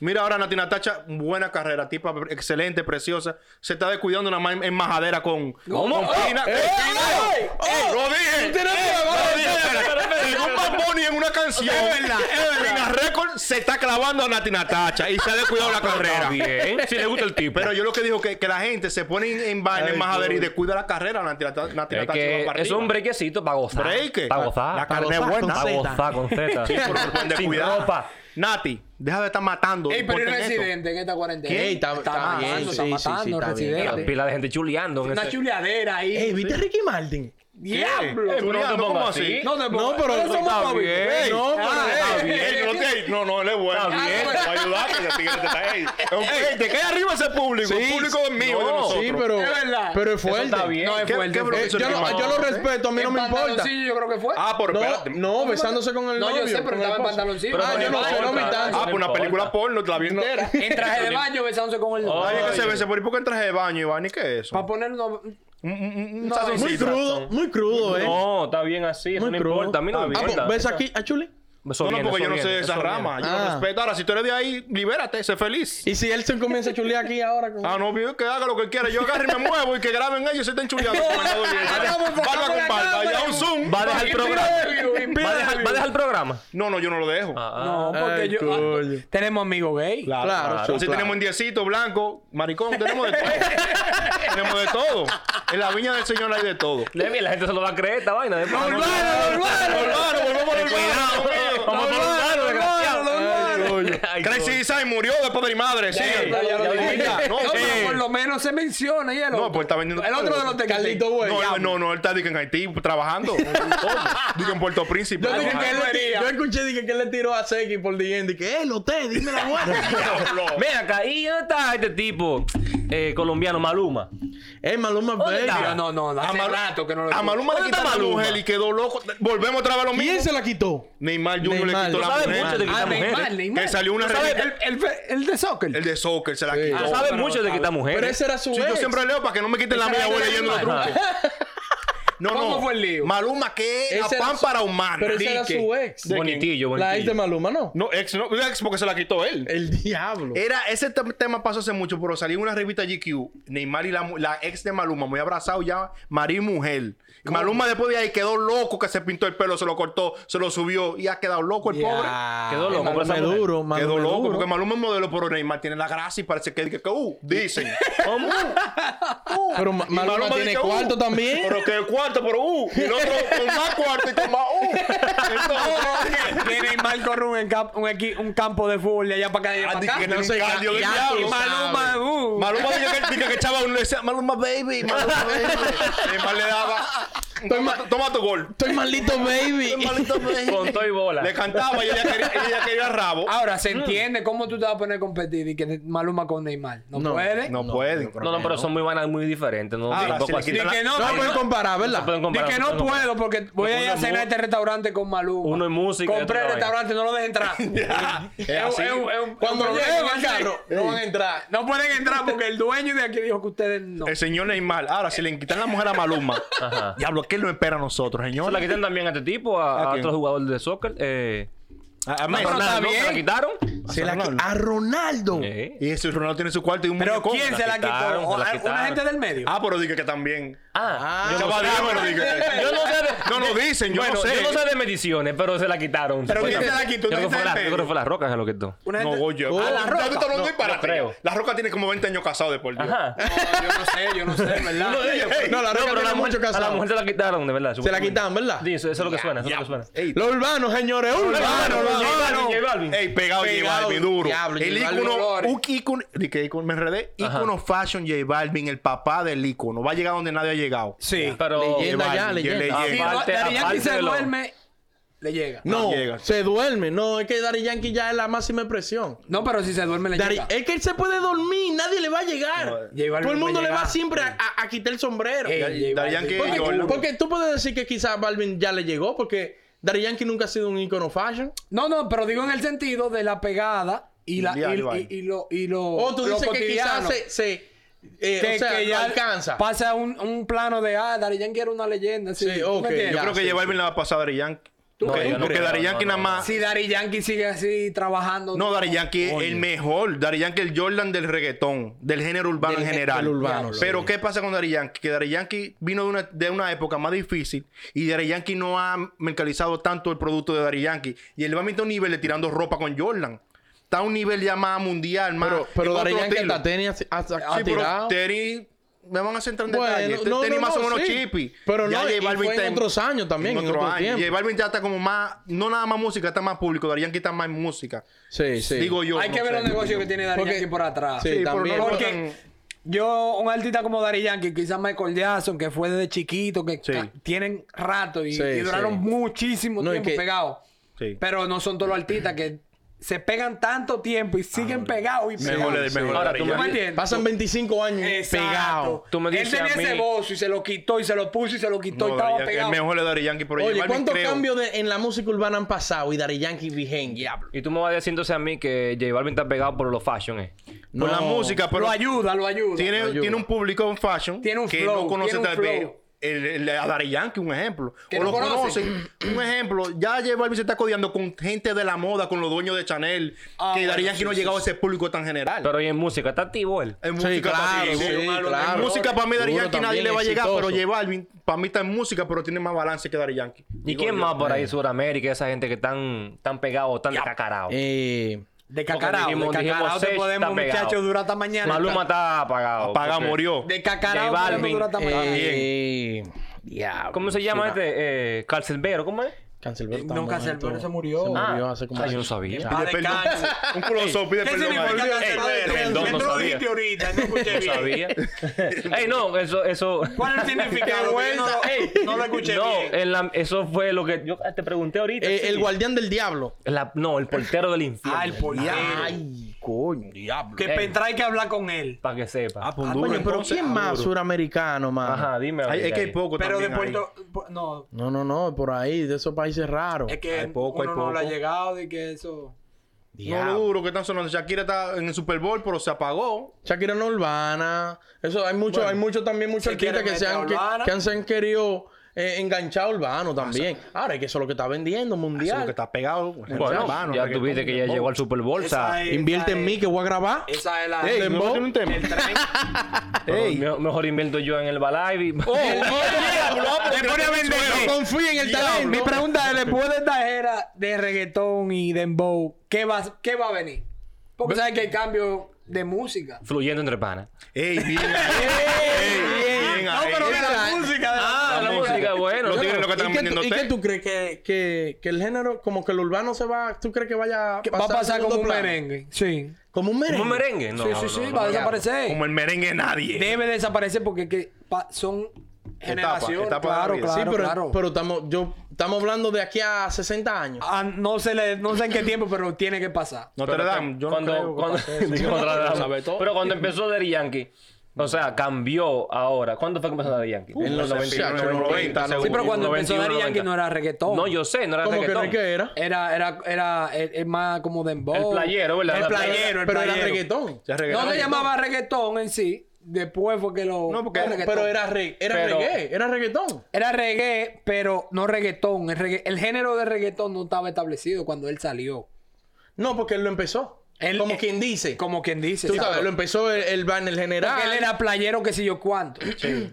Speaker 2: Mira ahora Natina Tacha, buena carrera, tipa excelente, preciosa. Se está descuidando nada más en- en majadera con.
Speaker 4: ¿Cómo?
Speaker 2: con Pina.
Speaker 1: ¡Eh,
Speaker 2: Con Pina.
Speaker 1: eh, eh,
Speaker 2: ¡Ey!
Speaker 1: eh!
Speaker 2: ¡Lo dije!
Speaker 1: Tú tienes
Speaker 2: ¡Ey!
Speaker 1: que grabar
Speaker 2: ¡Lo dije! Según Bad Bunny en una una canción.
Speaker 3: Es verdad, es verdad.
Speaker 2: Pina Record se está clavando a Nati Natacha y se ha descuidado
Speaker 4: Ah,
Speaker 2: la carrera.
Speaker 4: Está bien, si le gusta el tipo.
Speaker 2: Pero yo lo que digo que, que la gente se pone en, en vaina, en majadera y descuida la carrera. Nati Nata- Nati
Speaker 4: es
Speaker 2: Natacha
Speaker 4: que
Speaker 2: va para
Speaker 4: es un
Speaker 2: arriba.
Speaker 4: brequecito para gozar.
Speaker 2: Break.
Speaker 4: Para gozar.
Speaker 2: La
Speaker 4: para
Speaker 2: carne es
Speaker 1: gozar,
Speaker 2: buena.
Speaker 1: entonces.
Speaker 4: gozar con Z.
Speaker 2: Sí, pero se pueden
Speaker 4: Sin
Speaker 2: descuidar.
Speaker 4: ropa.
Speaker 2: Nati, deja de estar matando.
Speaker 3: Ey, pero el
Speaker 2: ponte en esto.
Speaker 3: residente en esta cuarentena.
Speaker 1: Ey, está- está
Speaker 3: matando,
Speaker 1: bien, sí,
Speaker 3: está
Speaker 1: sí, sí,
Speaker 3: matando,
Speaker 1: está bien.
Speaker 4: La
Speaker 3: residente.
Speaker 4: pila de gente chuleando. en
Speaker 3: Una
Speaker 4: ese-
Speaker 3: chuleadera ahí.
Speaker 1: Ey, ¿viste Ricky Martin?
Speaker 3: ¡Diablo!
Speaker 2: Eh, pero no te
Speaker 4: Chuleando,
Speaker 2: pongas
Speaker 4: ¿cómo
Speaker 2: así.
Speaker 4: así?
Speaker 3: No, te
Speaker 1: No,
Speaker 3: pongas-
Speaker 1: pero
Speaker 3: somos
Speaker 1: está
Speaker 3: pavos.
Speaker 1: bien.
Speaker 3: Ey,
Speaker 1: No, pero
Speaker 3: ah,
Speaker 1: está
Speaker 3: ey,
Speaker 2: Ey,
Speaker 3: ey,
Speaker 2: ey,
Speaker 3: ey.
Speaker 2: ok, No, no, él es bueno.
Speaker 4: Está bien.
Speaker 2: Va a ayudarte, el tigre te está- ey, ok, te queda arriba ese público. el público es mío,
Speaker 4: no,
Speaker 2: de nosotros.
Speaker 1: Sí, pero.
Speaker 3: Es verdad.
Speaker 1: Pero es fuerte.
Speaker 4: está bien.
Speaker 3: No, es
Speaker 2: ¿Qué-
Speaker 3: fuerte.
Speaker 2: qué
Speaker 3: fue.
Speaker 2: bro-
Speaker 1: Eh, yo, no- yo lo respeto, a mí no
Speaker 3: En
Speaker 1: me importa.
Speaker 3: pantaloncillo yo creo que fue.
Speaker 2: Ah, pero
Speaker 1: No,
Speaker 2: espérate.
Speaker 1: no, besándose con el
Speaker 3: No,
Speaker 1: novio.
Speaker 3: yo sé,
Speaker 1: con
Speaker 3: pero
Speaker 1: el
Speaker 3: estaba en
Speaker 1: esposo.
Speaker 3: pantaloncillo.
Speaker 4: Pero
Speaker 1: Ah, yo no sé, no me
Speaker 4: importa.
Speaker 1: tanto.
Speaker 2: Ah, pues una
Speaker 4: importa.
Speaker 2: película porno, te la vi entera.
Speaker 3: En traje de baño besándose con el...
Speaker 4: Oh,
Speaker 2: Oye, que se
Speaker 4: Oye.
Speaker 2: ve, se pone poco en traje de baño, Iván, ¿y qué es eso?
Speaker 3: Para poner uno-
Speaker 2: Un- un- un- un
Speaker 3: No,
Speaker 1: Muy
Speaker 2: sazoncito.
Speaker 1: crudo, muy crudo, eh.
Speaker 4: No, está bien así. Eso
Speaker 1: Muy
Speaker 4: no
Speaker 1: crudo.
Speaker 4: importa. A mí no me
Speaker 1: Ah, pues,
Speaker 4: importa.
Speaker 1: ¿Ves aquí a Chuli?
Speaker 4: Eso
Speaker 2: No, no,
Speaker 4: viene,
Speaker 2: porque yo
Speaker 4: eso
Speaker 2: no sé
Speaker 4: viene,
Speaker 2: de esa
Speaker 4: eso
Speaker 2: rama. Yo
Speaker 1: Ah.
Speaker 2: no respeto. Ahora, si tú eres de ahí, libérate, sé feliz.
Speaker 1: Y si él se comienza a chulear aquí ahora. con-
Speaker 2: Ah, no, pido que haga lo que quiera. Yo agarro y me muevo y que graben ellos y se estén chuleando.
Speaker 3: Vamos, vamos,
Speaker 2: Barba
Speaker 3: vamos,
Speaker 2: con barba.
Speaker 3: vamos,
Speaker 2: Ya un
Speaker 3: vamos.
Speaker 2: zoom.
Speaker 4: Va a dejar el
Speaker 3: Impide
Speaker 4: programa.
Speaker 3: review, impide
Speaker 4: Va a dejar- va a dejar el programa.
Speaker 2: No, no, yo no lo dejo.
Speaker 4: Ah.
Speaker 3: No, porque
Speaker 1: Ay,
Speaker 3: yo.
Speaker 1: coño.
Speaker 3: ah, tenemos amigos gay.
Speaker 1: Claro,
Speaker 4: claro.
Speaker 1: sí,
Speaker 2: Así
Speaker 1: claro.
Speaker 2: tenemos un diecito blanco, maricón, tenemos de todo. tenemos de todo. En la viña del señor hay de todo.
Speaker 4: Le- mira, La gente se lo va a creer esta vaina. de-
Speaker 3: Lo urbano, lo urbano, lo urbano.
Speaker 2: Urbano, volvemos al
Speaker 4: Cuidado.
Speaker 2: urbano.
Speaker 4: Vamos por los
Speaker 3: urbano,
Speaker 4: lados, desgraciado.
Speaker 3: lo urbano.
Speaker 1: Ay, coño.
Speaker 4: Ay,
Speaker 2: Crazy Design murió después de mi madre. Sí.
Speaker 3: Ya, ya lo
Speaker 4: Ya,
Speaker 3: dije.
Speaker 2: ya,
Speaker 3: No,
Speaker 2: no, sí.
Speaker 3: pero por lo menos se menciona y el otro.
Speaker 2: pues está vendiendo-
Speaker 3: El otro de los tequitos.
Speaker 1: Carlito Güey.
Speaker 2: No, él- no, no, él está dice, en Haití trabajando. ¿Cómo? Dice en Puerto Príncipe.
Speaker 1: Yo, dije
Speaker 3: Ay,
Speaker 1: que él le ti-
Speaker 3: María.
Speaker 1: yo escuché dije, que él le tiró a Seki por DM. Dije, eh, lo te, dime la buena.
Speaker 4: Ven acá, ¿y dónde está este tipo eh, colombiano, Maluma?
Speaker 1: eh, Maluma, baby.
Speaker 4: está?
Speaker 3: No, no, no. Hace
Speaker 2: Malu-
Speaker 3: rato que no lo
Speaker 2: a Maluma le
Speaker 4: ¿Dónde
Speaker 2: quitaron
Speaker 4: está
Speaker 2: la
Speaker 4: Maluma?
Speaker 2: mujer y quedó loco. Volvemos otra vez a lo mismo.
Speaker 1: ¿Quién se la quitó?
Speaker 2: Neymar Jr. le
Speaker 1: Neymar.
Speaker 2: quitó
Speaker 1: Tú
Speaker 2: la
Speaker 4: sabes
Speaker 2: mujer.
Speaker 4: mucho de
Speaker 3: Ah,
Speaker 4: quitar
Speaker 3: Neymar,
Speaker 4: mujeres.
Speaker 3: Neymar.
Speaker 2: Que salió una
Speaker 3: ¿Tú sabes
Speaker 2: revista-
Speaker 3: El, el- el de soccer.
Speaker 2: El de soccer se la
Speaker 1: Sí.
Speaker 2: quitó.
Speaker 1: Ah,
Speaker 4: Tú sabes mucho de quitar mujeres.
Speaker 1: Pero ese era su
Speaker 2: Sí,
Speaker 1: ex.
Speaker 2: yo siempre leo para que no me quiten la
Speaker 3: Esa
Speaker 2: media
Speaker 3: era
Speaker 2: voy
Speaker 3: la
Speaker 2: leyendo los
Speaker 3: misma.
Speaker 2: trucos. No,
Speaker 3: ¿Cómo
Speaker 2: no.
Speaker 3: fue el lío?
Speaker 2: Maluma, que es
Speaker 1: Ese
Speaker 2: la
Speaker 1: era su-
Speaker 2: pámpara humana.
Speaker 1: Pero ese era
Speaker 2: Dique.
Speaker 1: su ex.
Speaker 2: ¿De
Speaker 4: Bonitillo, bonitillo.
Speaker 1: La ex de Maluma, no.
Speaker 2: No, ex no. Ex porque se la quitó él.
Speaker 1: El diablo.
Speaker 2: Era, ese te- tema pasó hace mucho, pero salió en una revista GQ. Neymar y la, mu- la ex de Maluma, muy abrazado ya, marido y mujer. Maluma después de ahí quedó loco que se pintó el pelo, se lo cortó, se lo subió y ha quedado loco el
Speaker 1: Ya.
Speaker 4: Quedó loco,
Speaker 1: Maluma
Speaker 4: por esa
Speaker 1: es
Speaker 4: mujer.
Speaker 1: duro,
Speaker 2: pobre.
Speaker 1: Maluma
Speaker 2: Quedó
Speaker 1: es
Speaker 2: loco,
Speaker 1: duro.
Speaker 2: porque Maluma es modelo, pero Neymar tiene la gracia y parece que, que, que, uh, dicen. ¿Cómo?
Speaker 1: Pero Ma-
Speaker 2: Y
Speaker 1: Maluma tiene
Speaker 2: dice, uh,
Speaker 1: cuarto también.
Speaker 2: Pero que cuarto, pero uh. Y el otro con más cuarto y con más uh. Entonces,
Speaker 3: Tiene Neymar corre un, encap- un, equi- un campo de fútbol de allá para acá y de allá
Speaker 2: Ah,
Speaker 3: para
Speaker 2: dije
Speaker 3: acá.
Speaker 2: que tiene un cardio del
Speaker 1: ya
Speaker 2: diablo.
Speaker 1: tú sabes.
Speaker 3: Maluma, uh.
Speaker 2: Maluma dijo que, dijo que echaba un le decía, Maluma baby, Maluma baby. Neymar le daba. Toma, toma tu gol.
Speaker 1: Estoy maldito, baby.
Speaker 2: Malito baby.
Speaker 4: Con todo y bola.
Speaker 2: Le cantaba y ella quería, y ella quería rabo.
Speaker 3: Ahora, ¿se entiende cómo tú te vas a poner a competir y que Maluma con Neymar? ¿No,
Speaker 1: No,
Speaker 3: puede?
Speaker 2: no puede.
Speaker 4: No, no, pero son muy vainas muy diferentes. No,
Speaker 2: Ahora,
Speaker 4: tampoco
Speaker 2: si
Speaker 4: así.
Speaker 2: le
Speaker 3: Di
Speaker 2: quitan
Speaker 3: que no,
Speaker 1: No
Speaker 3: di
Speaker 1: pueden
Speaker 3: que no.
Speaker 1: comparar, ¿verdad?
Speaker 4: Se pueden
Speaker 3: Di
Speaker 4: comparar,
Speaker 3: que
Speaker 4: se
Speaker 3: no
Speaker 4: pueden comparar.
Speaker 3: puedo porque voy a ir
Speaker 4: Uno
Speaker 3: a
Speaker 4: es
Speaker 3: cenar a
Speaker 4: mu-
Speaker 3: este restaurante con Maluma.
Speaker 4: Uno es música,
Speaker 3: Compré el
Speaker 4: otra vaina.
Speaker 3: restaurante, no lo dejes entrar. Es-
Speaker 2: así.
Speaker 3: es un- es un-
Speaker 1: Cuando
Speaker 3: es
Speaker 1: lo
Speaker 3: un
Speaker 1: vean en el
Speaker 3: proyecto,
Speaker 1: carro,
Speaker 3: así.
Speaker 1: no van a entrar.
Speaker 3: No pueden entrar porque el dueño de aquí dijo que ustedes no.
Speaker 2: El señor Neymar. Ahora, si le quitan la mujer a Maluma,
Speaker 4: Ajá.
Speaker 2: diablo, ¿qué lo espera a nosotros,
Speaker 4: Se
Speaker 2: señor?
Speaker 4: la quitan también a este tipo, a,
Speaker 2: ¿A
Speaker 4: a
Speaker 2: quién?
Speaker 4: otro jugador de soccer. Eh,
Speaker 2: A- a
Speaker 4: a
Speaker 2: Ah, Messi.
Speaker 3: pero está
Speaker 4: Ronaldo, ¿no?
Speaker 3: bien.
Speaker 4: ¿Se la quitaron?
Speaker 1: Se la
Speaker 2: Ronaldo.
Speaker 1: a Ronaldo.
Speaker 2: Mm.
Speaker 4: Eh.
Speaker 2: Y ese Ronaldo tiene su cuarto y un
Speaker 3: Pero
Speaker 2: muñeco.
Speaker 3: ¿quién se la
Speaker 4: quitaron,
Speaker 3: quitó?
Speaker 4: se
Speaker 3: ¿Una-
Speaker 4: la
Speaker 3: ¿Una
Speaker 4: quitaron.
Speaker 3: gente del medio?
Speaker 2: Ah, pero dije que también.
Speaker 4: Ah, yo,
Speaker 2: Chaval, dígamelo, dije.
Speaker 4: yo no sé. de-
Speaker 2: No lo dicen, yo
Speaker 4: bueno,
Speaker 2: no sé.
Speaker 4: yo no sé de mediciones, pero se la quitaron.
Speaker 2: Pero ¿quién se la quitó?
Speaker 4: Yo creo que
Speaker 2: ¿Quién se
Speaker 4: fue
Speaker 2: la
Speaker 4: la- yo creo que fue las rocas que lo quitó.
Speaker 3: Una
Speaker 2: No,
Speaker 3: gente-
Speaker 2: oye.
Speaker 4: Oh.
Speaker 3: Ah, la
Speaker 2: ¿Ya tú estás
Speaker 3: roca.
Speaker 2: hablando de disparate?
Speaker 4: no creo.
Speaker 2: La Roca tiene como 20 años casado de por Dios.
Speaker 4: Ajá.
Speaker 3: No, yo no sé, yo no sé, ¿verdad?
Speaker 4: Uno de ellos, pues.
Speaker 1: No, la roca
Speaker 4: pero
Speaker 1: tiene
Speaker 4: mujer-
Speaker 1: mucho casado.
Speaker 4: A la mujer se la quitaron, de verdad.
Speaker 1: Se la quitaron, ¿verdad?
Speaker 4: Sí, eso, eso es lo que suena, eso es lo que
Speaker 2: Diablo.
Speaker 4: suena.
Speaker 2: Ey,
Speaker 1: Lo urbano, señores. Urbano,
Speaker 2: Urbano,
Speaker 1: lo
Speaker 2: urbano.
Speaker 1: urbano.
Speaker 4: J Balvin.
Speaker 2: Ey, pegado,
Speaker 1: Pegado,
Speaker 2: J Balvin, duro.
Speaker 1: diablo,
Speaker 2: el
Speaker 1: J Balvin
Speaker 2: ícono,
Speaker 3: Dolores.
Speaker 2: un ícono, di que ícono, me enredé,
Speaker 4: Ajá.
Speaker 2: ícono fashion J Balvin, el papá del ícono. Va a llegar donde nadie ha llegado.
Speaker 3: Sí.
Speaker 4: Pero.
Speaker 1: Leyenda.
Speaker 2: J
Speaker 1: ya,
Speaker 2: Balvin,
Speaker 1: leyenda.
Speaker 2: qué
Speaker 4: Ah,
Speaker 3: Si
Speaker 2: leyenda.
Speaker 3: no,
Speaker 4: Aparte-
Speaker 3: Daddy Yankee
Speaker 4: aparte
Speaker 3: se
Speaker 4: de lo-
Speaker 3: duerme, le llega.
Speaker 1: No,
Speaker 2: No llega.
Speaker 1: se duerme. No, es que Dari Yankee ya es la máxima expresión.
Speaker 3: No, pero si se duerme, le
Speaker 1: Daddy-
Speaker 3: llega.
Speaker 1: es que él se puede dormir, nadie le va a llegar.
Speaker 3: J Balvin
Speaker 1: Todo el
Speaker 3: no
Speaker 1: mundo
Speaker 3: va
Speaker 1: le
Speaker 3: a
Speaker 1: va
Speaker 3: llegar.
Speaker 1: siempre a, a- a quitar el sombrero.
Speaker 3: Ey,
Speaker 2: Daddy
Speaker 3: J Balvin.
Speaker 2: Yankee,
Speaker 3: ¿Por qué?
Speaker 2: Jordan.
Speaker 1: Porque tú puedes decir que quizás Balvin ya le llegó, porque Dari Yankee nunca ha sido un icono fashion.
Speaker 3: No, no, pero digo en el sentido de la pegada y la
Speaker 2: Mundial,
Speaker 3: y,
Speaker 2: vale.
Speaker 3: y- y lo y lo
Speaker 1: O tú
Speaker 3: Oh, lo
Speaker 1: dices que quizás
Speaker 3: cotidiano.
Speaker 1: se, se, eh,
Speaker 3: que,
Speaker 1: o sea,
Speaker 3: que
Speaker 1: lo
Speaker 3: ya
Speaker 1: alcanza.
Speaker 3: pasa un, un plano de ah, Daddy Yankee era una leyenda, sí.
Speaker 1: Sí,
Speaker 3: ¿Tú me
Speaker 1: ok,
Speaker 3: entiendes?
Speaker 1: ya.
Speaker 2: Creo que
Speaker 1: sí,
Speaker 2: J Balvin la va a pasar a Dari Yankee.
Speaker 3: ¿Tú
Speaker 4: No,
Speaker 3: crees?
Speaker 4: yo no
Speaker 2: Porque
Speaker 4: creo,
Speaker 2: Daddy
Speaker 4: no,
Speaker 2: Yankee
Speaker 4: no,
Speaker 2: nada
Speaker 4: no.
Speaker 2: más.
Speaker 3: Si Dari Yankee sigue así trabajando.
Speaker 2: No,
Speaker 3: tú-
Speaker 2: Daddy Yankee es el mejor. Daddy Yankee es el Jordan del reggaetón, del género urbano
Speaker 3: Del
Speaker 2: en
Speaker 3: género
Speaker 2: general.
Speaker 1: urbano, sí.
Speaker 2: Pero ¿qué pasa con Daddy Yankee? Que Daddy Yankee vino de una, de una época más difícil y Daddy Yankee no ha mercantilizado tanto el producto de Daddy Yankee. Y él va a meter un nivel de tirando ropa con Jordan. Está a un nivel ya más mundial, más...
Speaker 1: Pero, pero
Speaker 2: es
Speaker 1: Daddy
Speaker 2: otro
Speaker 1: Yankee
Speaker 2: estilo.
Speaker 1: hasta tenis ha- ha, ha
Speaker 2: Sí, pero
Speaker 1: tirado.
Speaker 2: Terry... Me van a centrar en
Speaker 1: Bueno,
Speaker 2: detalle. Te-
Speaker 1: no,
Speaker 2: Terry
Speaker 1: no,
Speaker 2: más
Speaker 1: no,
Speaker 2: o menos
Speaker 1: sí.
Speaker 2: chippy.
Speaker 1: Pero no, y
Speaker 2: J Balvin
Speaker 1: fue en
Speaker 2: está
Speaker 1: otros años también, en otro tiempo.
Speaker 2: J Balvin ya está como más... No nada más música, está más público. Daddy Yankee está más en música.
Speaker 1: Sí, sí.
Speaker 2: Digo yo.
Speaker 3: Hay
Speaker 2: no
Speaker 3: que ver
Speaker 2: sé.
Speaker 3: los negocios que tiene Dari
Speaker 1: Porque-
Speaker 3: Yankee por atrás.
Speaker 1: Sí,
Speaker 2: Sí, pero
Speaker 1: también.
Speaker 2: no lo-
Speaker 1: porque-
Speaker 3: Eh, Porque yo, un artista como Dari Yankee, quizás Michael Jackson, que fue desde chiquito, que
Speaker 2: Sí.
Speaker 3: ca- tienen rato y,
Speaker 1: Sí,
Speaker 3: y duraron
Speaker 1: sí.
Speaker 3: muchísimo
Speaker 1: No, y
Speaker 3: tiempo
Speaker 1: que-
Speaker 3: pegados.
Speaker 2: Sí.
Speaker 3: Pero no son todos los artistas que se pegan tanto tiempo y siguen pegados y
Speaker 2: Mejor le
Speaker 3: pegados.
Speaker 2: mejor le
Speaker 4: Ahora
Speaker 2: daría.
Speaker 4: tú me
Speaker 3: ¿Tú me
Speaker 4: dices-
Speaker 3: entiendes?
Speaker 1: Pasan 25 años
Speaker 3: Exacto.
Speaker 1: pegados.
Speaker 4: Tú me dices
Speaker 3: Él tenía
Speaker 4: a mí-
Speaker 3: ese bozo y se lo quitó y se lo puso y se lo quitó y
Speaker 2: No,
Speaker 3: estaba
Speaker 2: Daddy Yankee-
Speaker 3: pegado.
Speaker 2: Es mejor le Daddy Yankee, pero
Speaker 1: Oye,
Speaker 2: J Balvin
Speaker 1: ¿cuántos
Speaker 2: creo-
Speaker 1: cambios de- en la música urbana han pasado y Dari Yankee vigente? Diablo.
Speaker 4: Y tú me vas a decir entonces a mí que J Balvin está pegado por los fashion, eh.
Speaker 2: Por la
Speaker 1: No.
Speaker 2: música, pero
Speaker 3: lo ayuda, lo ayuda.
Speaker 2: tiene,
Speaker 1: ayuda.
Speaker 2: tiene un público en fashion
Speaker 3: Tiene un
Speaker 2: que
Speaker 3: flow,
Speaker 2: no conoce
Speaker 3: tiene un
Speaker 2: tal vez.
Speaker 3: flow.
Speaker 2: El, el- a Daddy Yankee, un ejemplo.
Speaker 3: Que
Speaker 2: o
Speaker 3: no
Speaker 2: lo
Speaker 3: conoce.
Speaker 2: conocen. un ejemplo, ya J Balvin se está codeando con gente de la moda, con los dueños de Chanel,
Speaker 3: Ah,
Speaker 2: que Daddy
Speaker 3: bueno,
Speaker 2: Yankee
Speaker 3: sí,
Speaker 2: no ha
Speaker 3: sí,
Speaker 2: llegado a ese público tan general.
Speaker 4: Pero hoy en música está activo él.
Speaker 2: en
Speaker 1: Sí,
Speaker 2: música,
Speaker 1: claro,
Speaker 2: papi,
Speaker 1: sí,
Speaker 2: en
Speaker 1: claro.
Speaker 2: música, música para mí Daddy
Speaker 1: Seguro
Speaker 2: Yankee nadie
Speaker 1: también
Speaker 2: le va a llegar,
Speaker 1: exitoso.
Speaker 2: pero J Balvin para mí está en música, pero tiene más balance que Daddy Yankee.
Speaker 4: ¿Y quién más por
Speaker 2: eh.
Speaker 4: ahí, Sudamérica, esa gente que están tan pegados, tan descacarados?
Speaker 1: Eh,
Speaker 3: De cacarao,
Speaker 4: Porque dijimos-
Speaker 3: de
Speaker 4: dijimos,
Speaker 3: cacarao te
Speaker 4: Sech
Speaker 3: podemos,
Speaker 4: está pegado.
Speaker 3: muchachos, durar hasta mañana.
Speaker 4: Maluma está apagado.
Speaker 2: Paga
Speaker 4: porque-
Speaker 2: murió.
Speaker 3: De cacarao
Speaker 4: J
Speaker 3: podemos
Speaker 4: Balvin,
Speaker 3: durar hasta mañana.
Speaker 1: eh, diablo.
Speaker 4: ¿Cómo se llama
Speaker 1: Suda-
Speaker 4: este? Eh, Carcelbero, ¿cómo es?
Speaker 1: Cancelbero está
Speaker 3: No, Cancelbero
Speaker 1: muerto.
Speaker 3: se murió.
Speaker 1: Se murió
Speaker 4: Ah.
Speaker 1: hace como.
Speaker 4: Ah, yo no sabía.
Speaker 1: Ya.
Speaker 3: Ah, de
Speaker 2: Perdón.
Speaker 3: cáncer.
Speaker 2: Un close-up, pide
Speaker 3: ¿Qué
Speaker 2: perdón.
Speaker 3: significa
Speaker 2: Ey,
Speaker 3: cancelado de
Speaker 2: perdón,
Speaker 3: cáncer?
Speaker 4: no
Speaker 3: Me lo
Speaker 4: sabía.
Speaker 3: dijiste ahorita, no escuché bien.
Speaker 4: Sabía. Ey, no, eso, eso.
Speaker 3: ¿Cuál es el significado?
Speaker 1: Qué
Speaker 3: Yo no,
Speaker 1: vuelta, ey.
Speaker 3: lo- no lo escuché
Speaker 4: No, eh.
Speaker 3: bien.
Speaker 4: en la- eso fue lo que yo te pregunté ahorita.
Speaker 1: Eh,
Speaker 4: sí.
Speaker 1: el guardián del diablo.
Speaker 4: La- no, el portero del infierno.
Speaker 3: Ah, el portero.
Speaker 1: Ay, coño, diablo. Ah,
Speaker 3: Que
Speaker 4: Ey.
Speaker 3: Pentra hay que hablar con él.
Speaker 4: Para que
Speaker 3: Ah,
Speaker 4: sepa.
Speaker 2: pues
Speaker 1: Coño,
Speaker 2: duro,
Speaker 1: pero
Speaker 2: entonces.
Speaker 1: ¿quién más suramericano, más?
Speaker 4: Ajá, dime.
Speaker 2: Hay-
Speaker 4: ahorita
Speaker 2: es que hay
Speaker 4: ahí.
Speaker 2: poco
Speaker 3: Pero de
Speaker 2: también ahí.
Speaker 3: Puerto... pu- No,
Speaker 1: No, no, no, por ahí, de esos países raros.
Speaker 3: es que
Speaker 2: Hay poco, hay
Speaker 3: uno no le ha
Speaker 2: poco.
Speaker 3: llegado y que eso...
Speaker 2: No
Speaker 1: Diablo.
Speaker 2: lo duro que están sonando. Shakira está en el Super Bowl, pero se apagó.
Speaker 1: Shakira no urbana. Eso hay mucho, hay mucho también muchos
Speaker 3: se
Speaker 1: artistas
Speaker 3: quieren
Speaker 1: que se
Speaker 3: meter
Speaker 1: han que,
Speaker 3: urbana.
Speaker 1: que han- se han querido eh, enganchar a urbano también. Ahora es que eso es lo que está vendiendo
Speaker 2: Eso es lo
Speaker 1: mundial.
Speaker 2: que está pegado. pues,
Speaker 4: Bueno, ya tuviste que ya llegó al Super Bowl. o sea,
Speaker 3: Esa es-
Speaker 1: Invierte en mí que voy a grabar.
Speaker 3: Esa es la...
Speaker 2: Ey,
Speaker 3: el
Speaker 2: ¿no tiene un tema?
Speaker 3: tren.
Speaker 2: Ey.
Speaker 4: me- mejor invierto yo en el Balive. y-
Speaker 3: Oh. Le pone a vender.
Speaker 1: No confía en el talento.
Speaker 3: Mi pregunta es, después de esta era de reggaetón y dembow, ¿qué va, qué va a venir? Porque sabes que hay cambio de música.
Speaker 4: Fluyendo entre panas.
Speaker 2: Ey, bien ahí. Ey, bien ahí.
Speaker 1: la
Speaker 3: música.
Speaker 4: Ah, la música, bueno.
Speaker 2: Los tigres lo que
Speaker 1: ¿Y
Speaker 2: están
Speaker 1: qué, tú,
Speaker 2: vendiendo
Speaker 1: y qué
Speaker 2: té.
Speaker 1: tú crees que, que, que el género, como que el urbano se va, tú crees que vaya a
Speaker 3: va a pasar
Speaker 1: a
Speaker 3: como
Speaker 1: segundo
Speaker 3: un
Speaker 1: plano?
Speaker 3: merengue. Sí.
Speaker 1: Como un merengue.
Speaker 4: ¿Como un merengue? No,
Speaker 3: sí, sí, sí,
Speaker 4: no, no,
Speaker 3: va a
Speaker 4: no.
Speaker 3: desaparecer.
Speaker 2: Como el merengue nadie.
Speaker 3: Debe desaparecer porque es que pa- son generaciones.
Speaker 2: etapa de la
Speaker 3: claro,
Speaker 2: vida.
Speaker 3: claro,
Speaker 1: sí, pero,
Speaker 3: claro.
Speaker 1: pero estamos, yo, estamos hablando de aquí a 60 años.
Speaker 3: Ah, no, se le, no sé en qué tiempo, pero tiene que pasar.
Speaker 2: No te
Speaker 4: Pero
Speaker 2: la
Speaker 4: cu-
Speaker 2: dan. Yo no
Speaker 4: cuando,
Speaker 2: creo que
Speaker 4: cuando-
Speaker 2: pase eso.
Speaker 4: Sí, cuando la
Speaker 2: Lo
Speaker 4: dan.
Speaker 2: sabe todo.
Speaker 4: Pero cuando empezó Daddy Yankee, o sea, cambió ahora. ¿Cuándo fue que empezó Daddy Yankee?
Speaker 2: Uh, no sé, en los 90,
Speaker 4: seguro.
Speaker 3: Sí, pero cuando empezó
Speaker 4: 91,
Speaker 3: Daddy Yankee
Speaker 4: 90.
Speaker 3: no era reggaetón.
Speaker 4: No, yo sé, no era
Speaker 1: como que no
Speaker 4: reggaetón.
Speaker 1: es que era.
Speaker 3: Era, era, era, el, el más como dembow.
Speaker 4: El playero, ¿verdad?
Speaker 3: El playero, el
Speaker 1: pero
Speaker 3: playero.
Speaker 1: era reggaetón.
Speaker 2: Ya reggaetón.
Speaker 3: No se llamaba reggaetón en sí. Después fue que lo.
Speaker 2: No, porque-
Speaker 3: fue reggaetón.
Speaker 1: Pero era, re- era
Speaker 4: Pero-
Speaker 1: reggae, era reggaetón.
Speaker 3: Era reggae, pero no reggaetón. El, regga- el género de reggaetón no estaba establecido cuando él salió.
Speaker 1: No, porque él lo empezó.
Speaker 3: Él-
Speaker 1: como
Speaker 3: eh,
Speaker 1: quien dice.
Speaker 3: Como quien dice.
Speaker 1: Tú
Speaker 3: Sí,
Speaker 1: sabes,
Speaker 3: pero-
Speaker 1: lo empezó el, el en el general.
Speaker 3: porque él era playero, qué sé yo cuánto.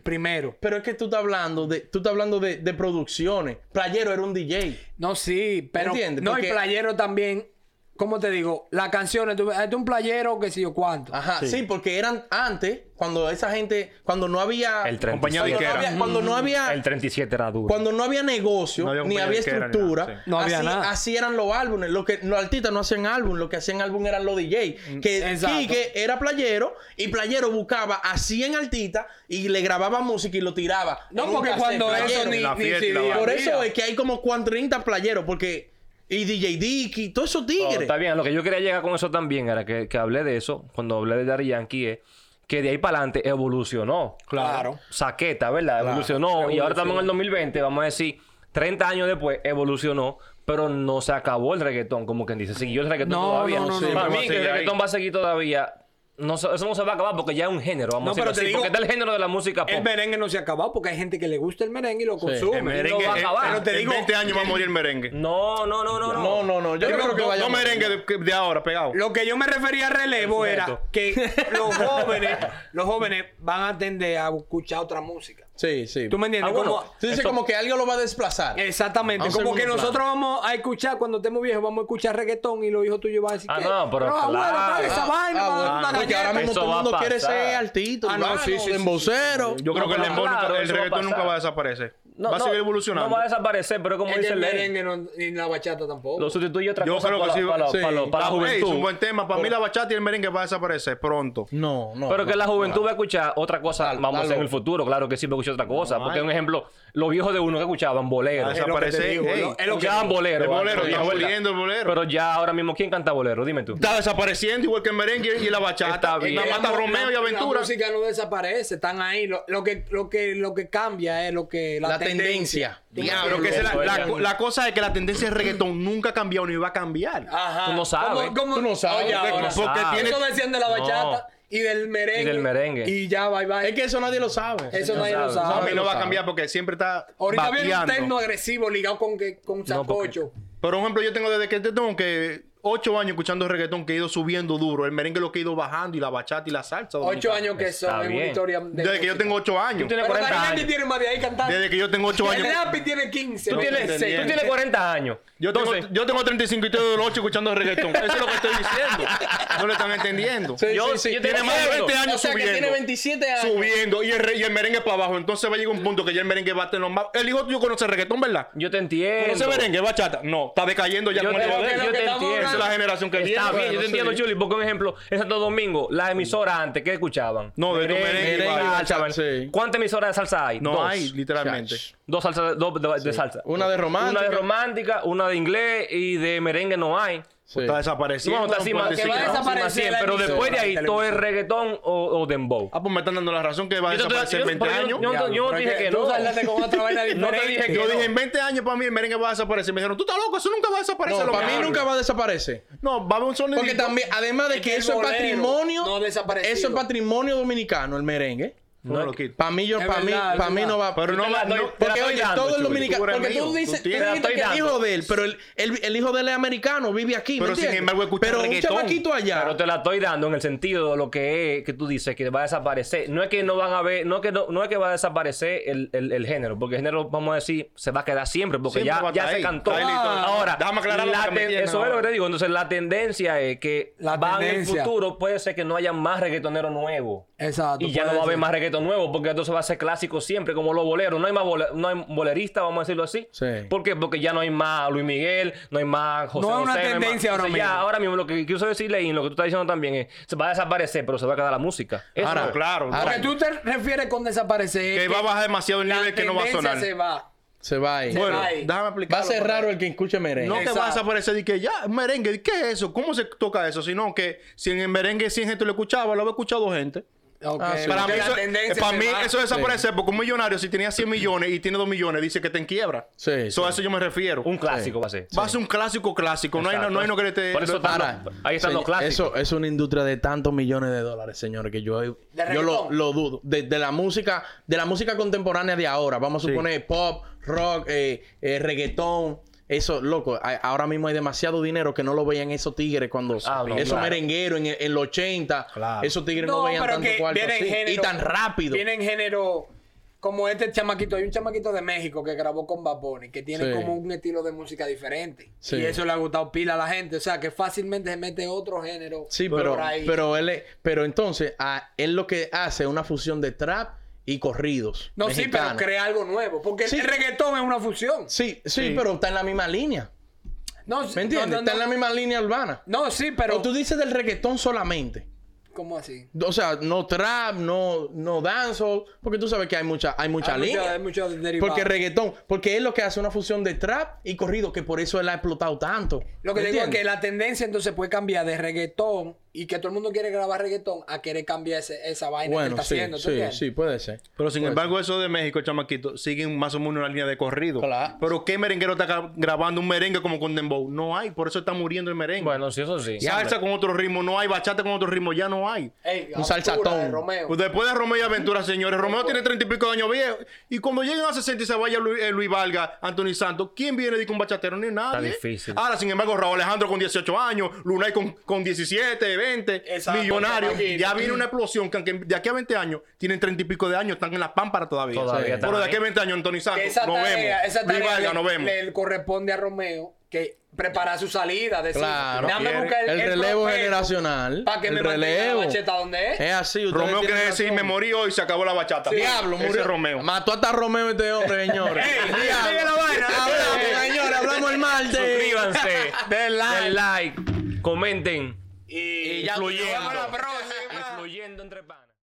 Speaker 3: Primero.
Speaker 1: Pero es que tú estás hablando de, tú estás hablando de, de producciones. Playero era un DJ.
Speaker 3: No, sí, pero.
Speaker 1: ¿Entiendes?
Speaker 3: No, y
Speaker 1: Porque-
Speaker 3: playero también. ¿Cómo te digo? Las canciones. Tú, este es un playero, qué sé yo cuánto.
Speaker 1: Ajá, sí. porque eran antes, cuando esa gente, cuando no había.
Speaker 4: El 37.
Speaker 2: Compañía
Speaker 1: cuando no
Speaker 2: disquera.
Speaker 1: había, cuando no había,
Speaker 4: El 37 era duro.
Speaker 1: cuando no había negocio,
Speaker 2: No había
Speaker 1: ni
Speaker 2: compañía
Speaker 1: había
Speaker 2: disquera, ni
Speaker 1: estructura,
Speaker 2: nada, sí.
Speaker 3: No había
Speaker 1: así,
Speaker 3: nada.
Speaker 1: así eran los álbumes. Lo que, los artistas no hacían álbum, lo que hacían álbum eran los DJ. Que
Speaker 3: Mm, Exacto.
Speaker 1: Quique era playero y playero buscaba a 100 artistas y le grababa música y lo tiraba. en
Speaker 3: No,
Speaker 1: un
Speaker 3: porque
Speaker 1: cassette,
Speaker 3: cuando
Speaker 1: playero.
Speaker 3: eso ni,
Speaker 2: en la
Speaker 3: ni
Speaker 2: fiesta,
Speaker 3: CD,
Speaker 2: la vaina.
Speaker 1: Por eso
Speaker 3: mira.
Speaker 1: es que hay como 30 playeros, porque. Y DJ Dicky, todos esos
Speaker 4: Oh,
Speaker 1: tigres.
Speaker 4: está bien, lo que yo quería llegar con eso también era que, que hablé de eso, cuando hablé de Daddy Yankee, es que de ahí para adelante evolucionó.
Speaker 3: Claro.
Speaker 4: Saqueta, ¿verdad? evolucionó. Y ahora estamos en el 2020, vamos a decir, 30 años después evolucionó, pero no se acabó el reggaetón, como quien dice. Siguió el reggaetón
Speaker 3: No,
Speaker 4: todavía.
Speaker 3: no, no, no,
Speaker 4: para
Speaker 2: no,
Speaker 4: mí
Speaker 2: no,
Speaker 4: que el
Speaker 2: sigue ahí.
Speaker 4: reggaetón va a seguir todavía. no se- eso no se va a acabar porque ya es un género. Vamos
Speaker 3: No,
Speaker 4: a decirlo
Speaker 3: pero te
Speaker 4: así,
Speaker 3: digo-
Speaker 4: porque está el género de la música pop.
Speaker 3: El merengue no se ha acabado porque hay gente que le gusta el merengue y lo consume.
Speaker 2: El merengue,
Speaker 4: va a
Speaker 2: en-
Speaker 4: acabar.
Speaker 2: en-
Speaker 3: Pero te
Speaker 2: en
Speaker 3: digo
Speaker 2: 20 años va a morir el merengue.
Speaker 4: No, no, no, no, no.
Speaker 1: No, no, no. Yo, no creo que vaya
Speaker 2: No
Speaker 1: mal.
Speaker 2: merengue de, de ahora, pegado.
Speaker 3: Lo que yo me refería a relevo
Speaker 4: El
Speaker 3: era
Speaker 4: sujeto.
Speaker 3: que los jóvenes, los jóvenes van a tender a escuchar otra música.
Speaker 1: Sí, sí.
Speaker 3: ¿Tú me entiendes?
Speaker 4: Ah, bueno.
Speaker 3: Como-
Speaker 1: Tú dices
Speaker 4: Eso-
Speaker 1: como que algo lo va a desplazar.
Speaker 3: exactamente.
Speaker 1: A un
Speaker 3: Como que
Speaker 1: segundo
Speaker 3: nosotros vamos a escuchar, cuando estemos viejos, vamos a escuchar reggaetón y los hijos tuyos van a decir
Speaker 4: Ah,
Speaker 3: que...
Speaker 4: no, pero
Speaker 3: No, abuelo,
Speaker 4: claro.
Speaker 3: dale esa
Speaker 1: Ah,
Speaker 3: vaina,
Speaker 1: ah,
Speaker 3: vamos a dar
Speaker 1: bueno.
Speaker 3: una
Speaker 1: Porque ahora
Speaker 3: galleta.
Speaker 1: mismo
Speaker 4: Eso
Speaker 1: todo el
Speaker 4: va a
Speaker 1: mundo quiere
Speaker 4: pasar.
Speaker 1: ser altito,
Speaker 3: Ah, no,
Speaker 1: urbano,
Speaker 3: sí, sí, sí,
Speaker 1: embocero.
Speaker 2: Yo creo
Speaker 4: No,
Speaker 2: que el,
Speaker 4: pero
Speaker 2: dembow nunca-
Speaker 4: claro,
Speaker 2: el
Speaker 4: eso va a
Speaker 2: reggaetón
Speaker 4: pasar.
Speaker 2: nunca va a desaparecer.
Speaker 4: No,
Speaker 2: va a
Speaker 4: no,
Speaker 2: seguir evolucionando.
Speaker 4: No va a desaparecer, pero es como
Speaker 3: Es que
Speaker 4: dice
Speaker 3: el
Speaker 4: Ley,
Speaker 3: merengue no- ni la bachata tampoco.
Speaker 4: lo sustituye otra
Speaker 2: Yo
Speaker 4: cosa
Speaker 2: creo que
Speaker 4: para,
Speaker 2: sí.
Speaker 4: para-
Speaker 1: Sí.
Speaker 4: para- para la
Speaker 2: Ey,
Speaker 4: juventud.
Speaker 2: es un buen tema. Para mí la bachata y el merengue va a desaparecer pronto.
Speaker 1: No, no.
Speaker 4: Pero
Speaker 1: no.
Speaker 4: que la juventud va a escuchar otra cosa,
Speaker 1: Dale,
Speaker 4: vamos a
Speaker 1: dale.
Speaker 4: hacer en el futuro, claro que sí va a escuchar otra cosa. porque, un ejemplo, los viejos de uno que escuchaban boleros.
Speaker 2: Va a
Speaker 3: lo que te
Speaker 2: desaparecer.
Speaker 3: digo, ¿no?
Speaker 2: ey,
Speaker 3: Es lo que
Speaker 4: Escuchaban
Speaker 3: digo.
Speaker 4: boleros.
Speaker 2: El bolero,
Speaker 4: antes,
Speaker 2: está
Speaker 4: ¿verdad?
Speaker 2: volviendo el bolero.
Speaker 4: Pero ya ahora mismo, ¿quién canta bolero? Dime tú.
Speaker 2: Está desapareciendo igual que el merengue y la bachata.
Speaker 4: Está bien.
Speaker 2: Nada más está
Speaker 3: La-
Speaker 2: Romeo y
Speaker 3: la- La
Speaker 2: Aventura.
Speaker 3: música no desaparece, están ahí. Lo, lo que, lo, que, lo que cambia es lo que... La,
Speaker 1: La tendencia.
Speaker 3: Tú me
Speaker 2: Diablo, que
Speaker 3: entiendes.
Speaker 2: esa es la, la-
Speaker 4: Eso es.
Speaker 2: la cosa es que la tendencia del reggaetón nunca ha cambiado ni va a cambiar.
Speaker 3: Ajá.
Speaker 4: Tú no sabes.
Speaker 3: ¿Cómo- cómo-
Speaker 1: Tú no sabes.
Speaker 3: Oye, ahora.
Speaker 2: Porque
Speaker 4: sabe.
Speaker 2: tiene-
Speaker 3: Eso decían de la bachata y del merengue.
Speaker 4: Y del merengue.
Speaker 3: Y ya, bye bye.
Speaker 1: Es que eso nadie lo sabe.
Speaker 3: eso
Speaker 4: no
Speaker 3: nadie lo
Speaker 4: sabe.
Speaker 2: No, a mí
Speaker 3: sabe.
Speaker 2: no va a
Speaker 1: sabe.
Speaker 2: cambiar porque siempre está
Speaker 3: Ahorita viene un
Speaker 2: bateando.
Speaker 3: terno agresivo ligado con, que, con
Speaker 4: No, porque-
Speaker 3: sancocho.
Speaker 2: Por ejemplo, yo tengo desde que tengo que ocho años escuchando reggaetón que he ido subiendo duro. El merengue lo que he ido bajando y la bachata y la salsa.
Speaker 3: Ocho
Speaker 2: dominicana.
Speaker 3: años que son
Speaker 4: Está
Speaker 3: es una
Speaker 4: bien.
Speaker 3: historia de
Speaker 2: Desde que yo tengo ocho años.
Speaker 3: Pero
Speaker 4: tienes- 40
Speaker 3: Daniel
Speaker 4: años.
Speaker 3: tiene más de ahí cantando.
Speaker 2: Desde que yo tengo ocho
Speaker 3: El
Speaker 2: años.
Speaker 3: Rappi tiene 15.
Speaker 4: Tú
Speaker 3: no
Speaker 4: tienes, tú
Speaker 3: 16.
Speaker 4: tienes 40 años.
Speaker 2: Yo tengo,
Speaker 4: Entonces,
Speaker 2: yo tengo 35 y estoy de los 8 escuchando reggaetón. Eso es lo que estoy diciendo. No lo están entendiendo.
Speaker 1: Sí,
Speaker 4: yo-
Speaker 1: sí, sí.
Speaker 4: yo
Speaker 1: Tiene
Speaker 4: tengo
Speaker 1: más de
Speaker 4: 20
Speaker 2: años
Speaker 1: O sea, que
Speaker 2: subiendo.
Speaker 1: tiene 27 años.
Speaker 2: Subiendo y el, re- y el merengue para abajo. Entonces va a llegar un punto que ya el merengue va a tener los más. El hijo tuyo conoce reggaetón, ¿verdad?
Speaker 4: yo te entiendo.
Speaker 2: ¿Conoce merengue, bachata? No, está decayendo ya
Speaker 4: Yo
Speaker 2: con el
Speaker 4: creo
Speaker 2: hijo de
Speaker 4: que
Speaker 2: él.
Speaker 4: lo que estamos
Speaker 2: Esa es la
Speaker 4: hablando-
Speaker 2: generación que viene.
Speaker 4: Está bien,
Speaker 2: Bueno,
Speaker 4: yo te entiendo,
Speaker 2: sí.
Speaker 4: Chuli, porque un ejemplo, en Santo Domingo, las emisoras antes, ¿qué escuchaban?
Speaker 2: No, de tu merengue y bachata,
Speaker 4: salsa.
Speaker 1: sí.
Speaker 4: ¿Cuántas emisoras de salsa hay?
Speaker 2: No
Speaker 4: Dos.
Speaker 2: hay, literalmente.
Speaker 1: Chach.
Speaker 4: Dos salsas, dos de, de salsa.
Speaker 1: Una de romántica.
Speaker 4: Una de romántica, una de inglés y de merengue no hay.
Speaker 1: Sí.
Speaker 2: Pues Está desapareciendo.
Speaker 4: Bueno, está
Speaker 2: no
Speaker 4: así
Speaker 2: pueden
Speaker 4: más-
Speaker 2: decir
Speaker 4: que
Speaker 2: que
Speaker 4: va a
Speaker 2: no.
Speaker 4: desaparecer,
Speaker 3: la
Speaker 4: pero
Speaker 3: emisora,
Speaker 4: después de ahí
Speaker 3: la
Speaker 4: todo es reggaetón o, o dembow.
Speaker 2: Ah, pues me están dando la razón que va a
Speaker 4: Yo te estoy-
Speaker 2: desaparecer
Speaker 4: yo-
Speaker 2: en 20
Speaker 4: pero yo-
Speaker 2: años.
Speaker 4: yo-
Speaker 2: Yo,
Speaker 4: no te- yo no
Speaker 3: Pero
Speaker 4: te dije
Speaker 3: es
Speaker 4: que
Speaker 3: tú
Speaker 4: no.
Speaker 3: saliste con otra vaina
Speaker 4: No
Speaker 3: diferente.
Speaker 4: te dije que no.
Speaker 2: dije, en 20 años para mí el merengue va a desaparecer. Me dijeron, tú estás loco, eso nunca va a desaparecer.
Speaker 1: No,
Speaker 2: lo
Speaker 1: para
Speaker 2: que
Speaker 1: mí
Speaker 2: hablo".
Speaker 1: nunca va a desaparecer.
Speaker 2: No, va a haber un sonido.
Speaker 1: Porque también, además de
Speaker 3: Es
Speaker 1: que
Speaker 3: que el
Speaker 1: eso es
Speaker 3: bolero
Speaker 1: patrimonio,
Speaker 3: no ha desaparecido.
Speaker 1: eso es patrimonio dominicano, el merengue.
Speaker 2: No,
Speaker 4: No,
Speaker 2: lo quito.
Speaker 1: Para mí, yo,
Speaker 3: Es
Speaker 1: para mí,
Speaker 3: verdad, es
Speaker 1: para mí
Speaker 3: verdad.
Speaker 1: no va.
Speaker 2: Pero no
Speaker 4: Te la
Speaker 2: va.
Speaker 4: doy-
Speaker 2: no-
Speaker 4: te la
Speaker 1: porque
Speaker 4: estoy
Speaker 1: oye,
Speaker 4: dando,
Speaker 1: todo el
Speaker 4: Chuli.
Speaker 1: dominicano,
Speaker 2: Tú eres
Speaker 1: porque tú
Speaker 2: mío,
Speaker 1: dices,
Speaker 2: tú
Speaker 1: tú
Speaker 2: tienes-
Speaker 1: dijiste
Speaker 4: Te la
Speaker 1: que el
Speaker 4: estoy
Speaker 1: hijo
Speaker 4: dando.
Speaker 1: de él, pero el, el, el hijo de él es americano, vive aquí, ¿me
Speaker 2: Pero sin
Speaker 1: entiendes?
Speaker 2: embargo, escucha
Speaker 1: Pero un
Speaker 2: reggaetón.
Speaker 1: chamaquito allá.
Speaker 4: Pero te la estoy dando en el sentido de lo que es que tú dices que va a desaparecer. No es que no van a ver, no es que no, no es que va a desaparecer el, el- el género, porque el género, vamos a decir, se va a quedar siempre, porque
Speaker 2: Siempre va a
Speaker 4: ya, ya
Speaker 2: estar
Speaker 4: se
Speaker 2: ahí.
Speaker 4: cantó. Ah.
Speaker 2: Está ahí listo.
Speaker 4: ahora,
Speaker 2: Déjame aclararlo
Speaker 4: la
Speaker 2: porque me
Speaker 4: ten-
Speaker 2: entienden
Speaker 4: eso es lo
Speaker 2: ahora.
Speaker 4: que te digo. Entonces, la tendencia es que
Speaker 3: La
Speaker 4: van en
Speaker 3: tendencia.
Speaker 4: el futuro, puede ser que no haya más reggaetonero nuevo.
Speaker 3: Exacto.
Speaker 4: Y ya no
Speaker 3: puede
Speaker 4: va a haber
Speaker 3: ser.
Speaker 4: más reggaetón nuevo, porque entonces va a ser clásico siempre, como los boleros. No hay más bole- no hay bolerista, vamos a decirlo así.
Speaker 1: Sí.
Speaker 4: ¿Por qué? Porque ya no hay más Luis Miguel, no hay más José
Speaker 3: No hay una
Speaker 4: José, hay más-
Speaker 3: tendencia ahora
Speaker 4: Entonces, ya,
Speaker 3: mismo.
Speaker 4: ahora mismo lo que quiero decirle y lo que tú estás diciendo también es, se va a desaparecer, pero se va a quedar la música. Eso
Speaker 2: Ahora,
Speaker 4: no.
Speaker 2: claro.
Speaker 3: Lo
Speaker 1: Ahora-
Speaker 3: que tú te refieres con desaparecer.
Speaker 2: Que va a bajar demasiado el
Speaker 3: la
Speaker 2: nivel que no va a
Speaker 3: tendencia
Speaker 2: sonar.
Speaker 3: se va.
Speaker 1: Se va ahí.
Speaker 3: Bueno,
Speaker 2: Bueno,
Speaker 3: va ahí.
Speaker 2: déjame
Speaker 1: va
Speaker 2: explicarlo.
Speaker 1: a ser
Speaker 2: porque-
Speaker 1: raro el que escuche merengue.
Speaker 2: No que va a
Speaker 3: Exacto.
Speaker 2: desaparecer y que ya, merengue, ¿qué es eso? ¿Cómo se toca eso? Sino que si en el merengue 100 gente lo escuchaba, lo había escuchado gente.
Speaker 3: Ok,
Speaker 1: Ah, sí.
Speaker 2: Para
Speaker 3: porque
Speaker 2: mí,
Speaker 3: la
Speaker 2: eso,
Speaker 3: tendencia
Speaker 2: eh, para
Speaker 3: se
Speaker 2: mí
Speaker 3: va.
Speaker 2: eso desaparece porque un millonario si tenía 100 millones y tiene 2 millones dice que está en quiebra.
Speaker 1: Sí,
Speaker 2: So,
Speaker 1: sí.
Speaker 2: A eso yo me refiero.
Speaker 4: Un clásico va a ser.
Speaker 2: Va a ser un clásico clásico. No hay, no,
Speaker 4: Exacto.
Speaker 2: no hay no que te...
Speaker 4: Por eso están
Speaker 1: Ahora,
Speaker 4: los- ahí están los
Speaker 1: señor,
Speaker 4: clásicos.
Speaker 1: Eso es una industria de tantos millones de dólares, señores, que yo, yo lo,
Speaker 3: reggaetón?
Speaker 1: lo dudo. De, de la música, de la música contemporánea de ahora, vamos a suponer pop, rock, eh, eh, reggaetón. Eso, loco, a- ahora mismo hay demasiado dinero que no lo veían esos tigres cuando
Speaker 4: Ah, no,
Speaker 1: esos
Speaker 4: claro.
Speaker 1: merengueros en, el- en los 80,
Speaker 2: Claro.
Speaker 1: esos tigres no,
Speaker 3: No,
Speaker 1: veían
Speaker 3: pero
Speaker 1: tanto
Speaker 3: que
Speaker 1: cuarto
Speaker 3: viene en
Speaker 1: así,
Speaker 3: género.
Speaker 1: y tan rápido.
Speaker 3: Viene en género. Como este chamaquito, hay un chamaquito de México que grabó con Bad Bunny, que tiene
Speaker 1: Sí.
Speaker 3: como un estilo de música diferente.
Speaker 1: Sí.
Speaker 3: Y eso le ha gustado pila a la gente. O sea, que fácilmente se mete otro género.
Speaker 1: Sí,
Speaker 3: por
Speaker 1: pero,
Speaker 3: ahí.
Speaker 1: pero él es- pero entonces a, él lo que hace es una fusión de trap y corridos.
Speaker 3: No, sí,
Speaker 1: mexicanos.
Speaker 3: pero crea algo nuevo. Porque
Speaker 1: Sí.
Speaker 3: el reggaetón es una fusión.
Speaker 1: Sí, sí, pero está en la misma línea.
Speaker 3: No, sí,
Speaker 1: ¿Me entiendes?
Speaker 3: No, no,
Speaker 1: Está en
Speaker 3: no.
Speaker 1: la misma línea urbana.
Speaker 3: No, sí,
Speaker 1: Pero
Speaker 3: pero.
Speaker 1: tú dices del reggaetón solamente.
Speaker 3: ¿Cómo así?
Speaker 1: O sea, no trap, no, no dancehall, porque tú sabes que hay mucha, hay mucha
Speaker 3: Hay mucha-
Speaker 1: línea.
Speaker 3: hay mucho derivado.
Speaker 1: porque reggaetón, porque es lo que hace una fusión de trap y corrido, que por eso él ha explotado tanto.
Speaker 3: Lo que
Speaker 1: ¿Me
Speaker 3: digo es
Speaker 1: entiendes?
Speaker 3: que la tendencia entonces puede cambiar de reggaetón y que todo el mundo quiere grabar reggaetón a querer cambiar ese- esa vaina que
Speaker 1: Bueno,
Speaker 3: está
Speaker 1: sí,
Speaker 3: haciendo. ¿tú
Speaker 1: sí,
Speaker 3: entiendes?
Speaker 1: sí, puede ser.
Speaker 2: Pero sin
Speaker 1: Puede
Speaker 2: embargo, eso de México, chamaquito, siguen más o menos una línea de corrido.
Speaker 1: Claro.
Speaker 2: Pero ¿qué merenguero está gra- grabando un merengue como con Dembow? No hay, por eso está muriendo el merengue.
Speaker 4: Bueno, sí, eso sí.
Speaker 2: Salsa con otro ritmo, no hay. Bachata con otro ritmo, ya no hay.
Speaker 3: Ey,
Speaker 1: Un
Speaker 3: Aventura,
Speaker 1: salsatón.
Speaker 3: Romeo.
Speaker 2: Pues después de Romeo y Aventura, señores, Romeo tiene treinta y pico de años viejo. Y cuando lleguen a 60 y se vaya Luis, eh, Luis Valga, Anthony Santos, ¿quién viene de un bachatero? Ni nadie.
Speaker 4: difícil.
Speaker 2: Ahora, sin embargo, Raúl Alejandro con 18 años, Lunay con, con 17, 20,
Speaker 3: Exacto,
Speaker 2: millonario.
Speaker 3: chamaquito.
Speaker 2: Ya viene una explosión que aunque de aquí a 20 años tienen treinta y pico de años, están en las pámparas todavía.
Speaker 4: Todavía
Speaker 2: Sí.
Speaker 4: están
Speaker 2: Pero de
Speaker 4: ahí.
Speaker 2: aquí a 20 años, Anthony
Speaker 3: Que
Speaker 2: Santos,
Speaker 3: esa
Speaker 2: ah, nos
Speaker 3: tarea,
Speaker 2: vemos.
Speaker 3: esa
Speaker 2: Luis
Speaker 3: tarea
Speaker 2: Valga,
Speaker 3: le,
Speaker 2: nos vemos.
Speaker 3: le corresponde a Romeo que preparar su salida. Decir,
Speaker 1: Claro.
Speaker 3: déjame buscar
Speaker 1: ser.
Speaker 3: el,
Speaker 1: El relevo generacional.
Speaker 3: Para que
Speaker 1: el
Speaker 3: me mantenga
Speaker 1: relevo.
Speaker 3: la bacheta donde es.
Speaker 1: Es así. ustedes
Speaker 2: Romeo
Speaker 1: tienen
Speaker 2: quiere decir,
Speaker 1: razón.
Speaker 2: me morí hoy, se acabó la bachata.
Speaker 1: Diablo,
Speaker 2: Ese
Speaker 1: murió.
Speaker 2: es Romeo.
Speaker 1: Mató hasta Romeo este hombre, señores.
Speaker 2: Ey,
Speaker 1: Diablo.
Speaker 2: sigue la vaina.
Speaker 1: Hablamos, señores. Hablamos el martes.
Speaker 4: Suscríbanse.
Speaker 1: Den like.
Speaker 4: Den like. Comenten.
Speaker 3: Y,
Speaker 1: ya-
Speaker 3: nos vemos la próxima.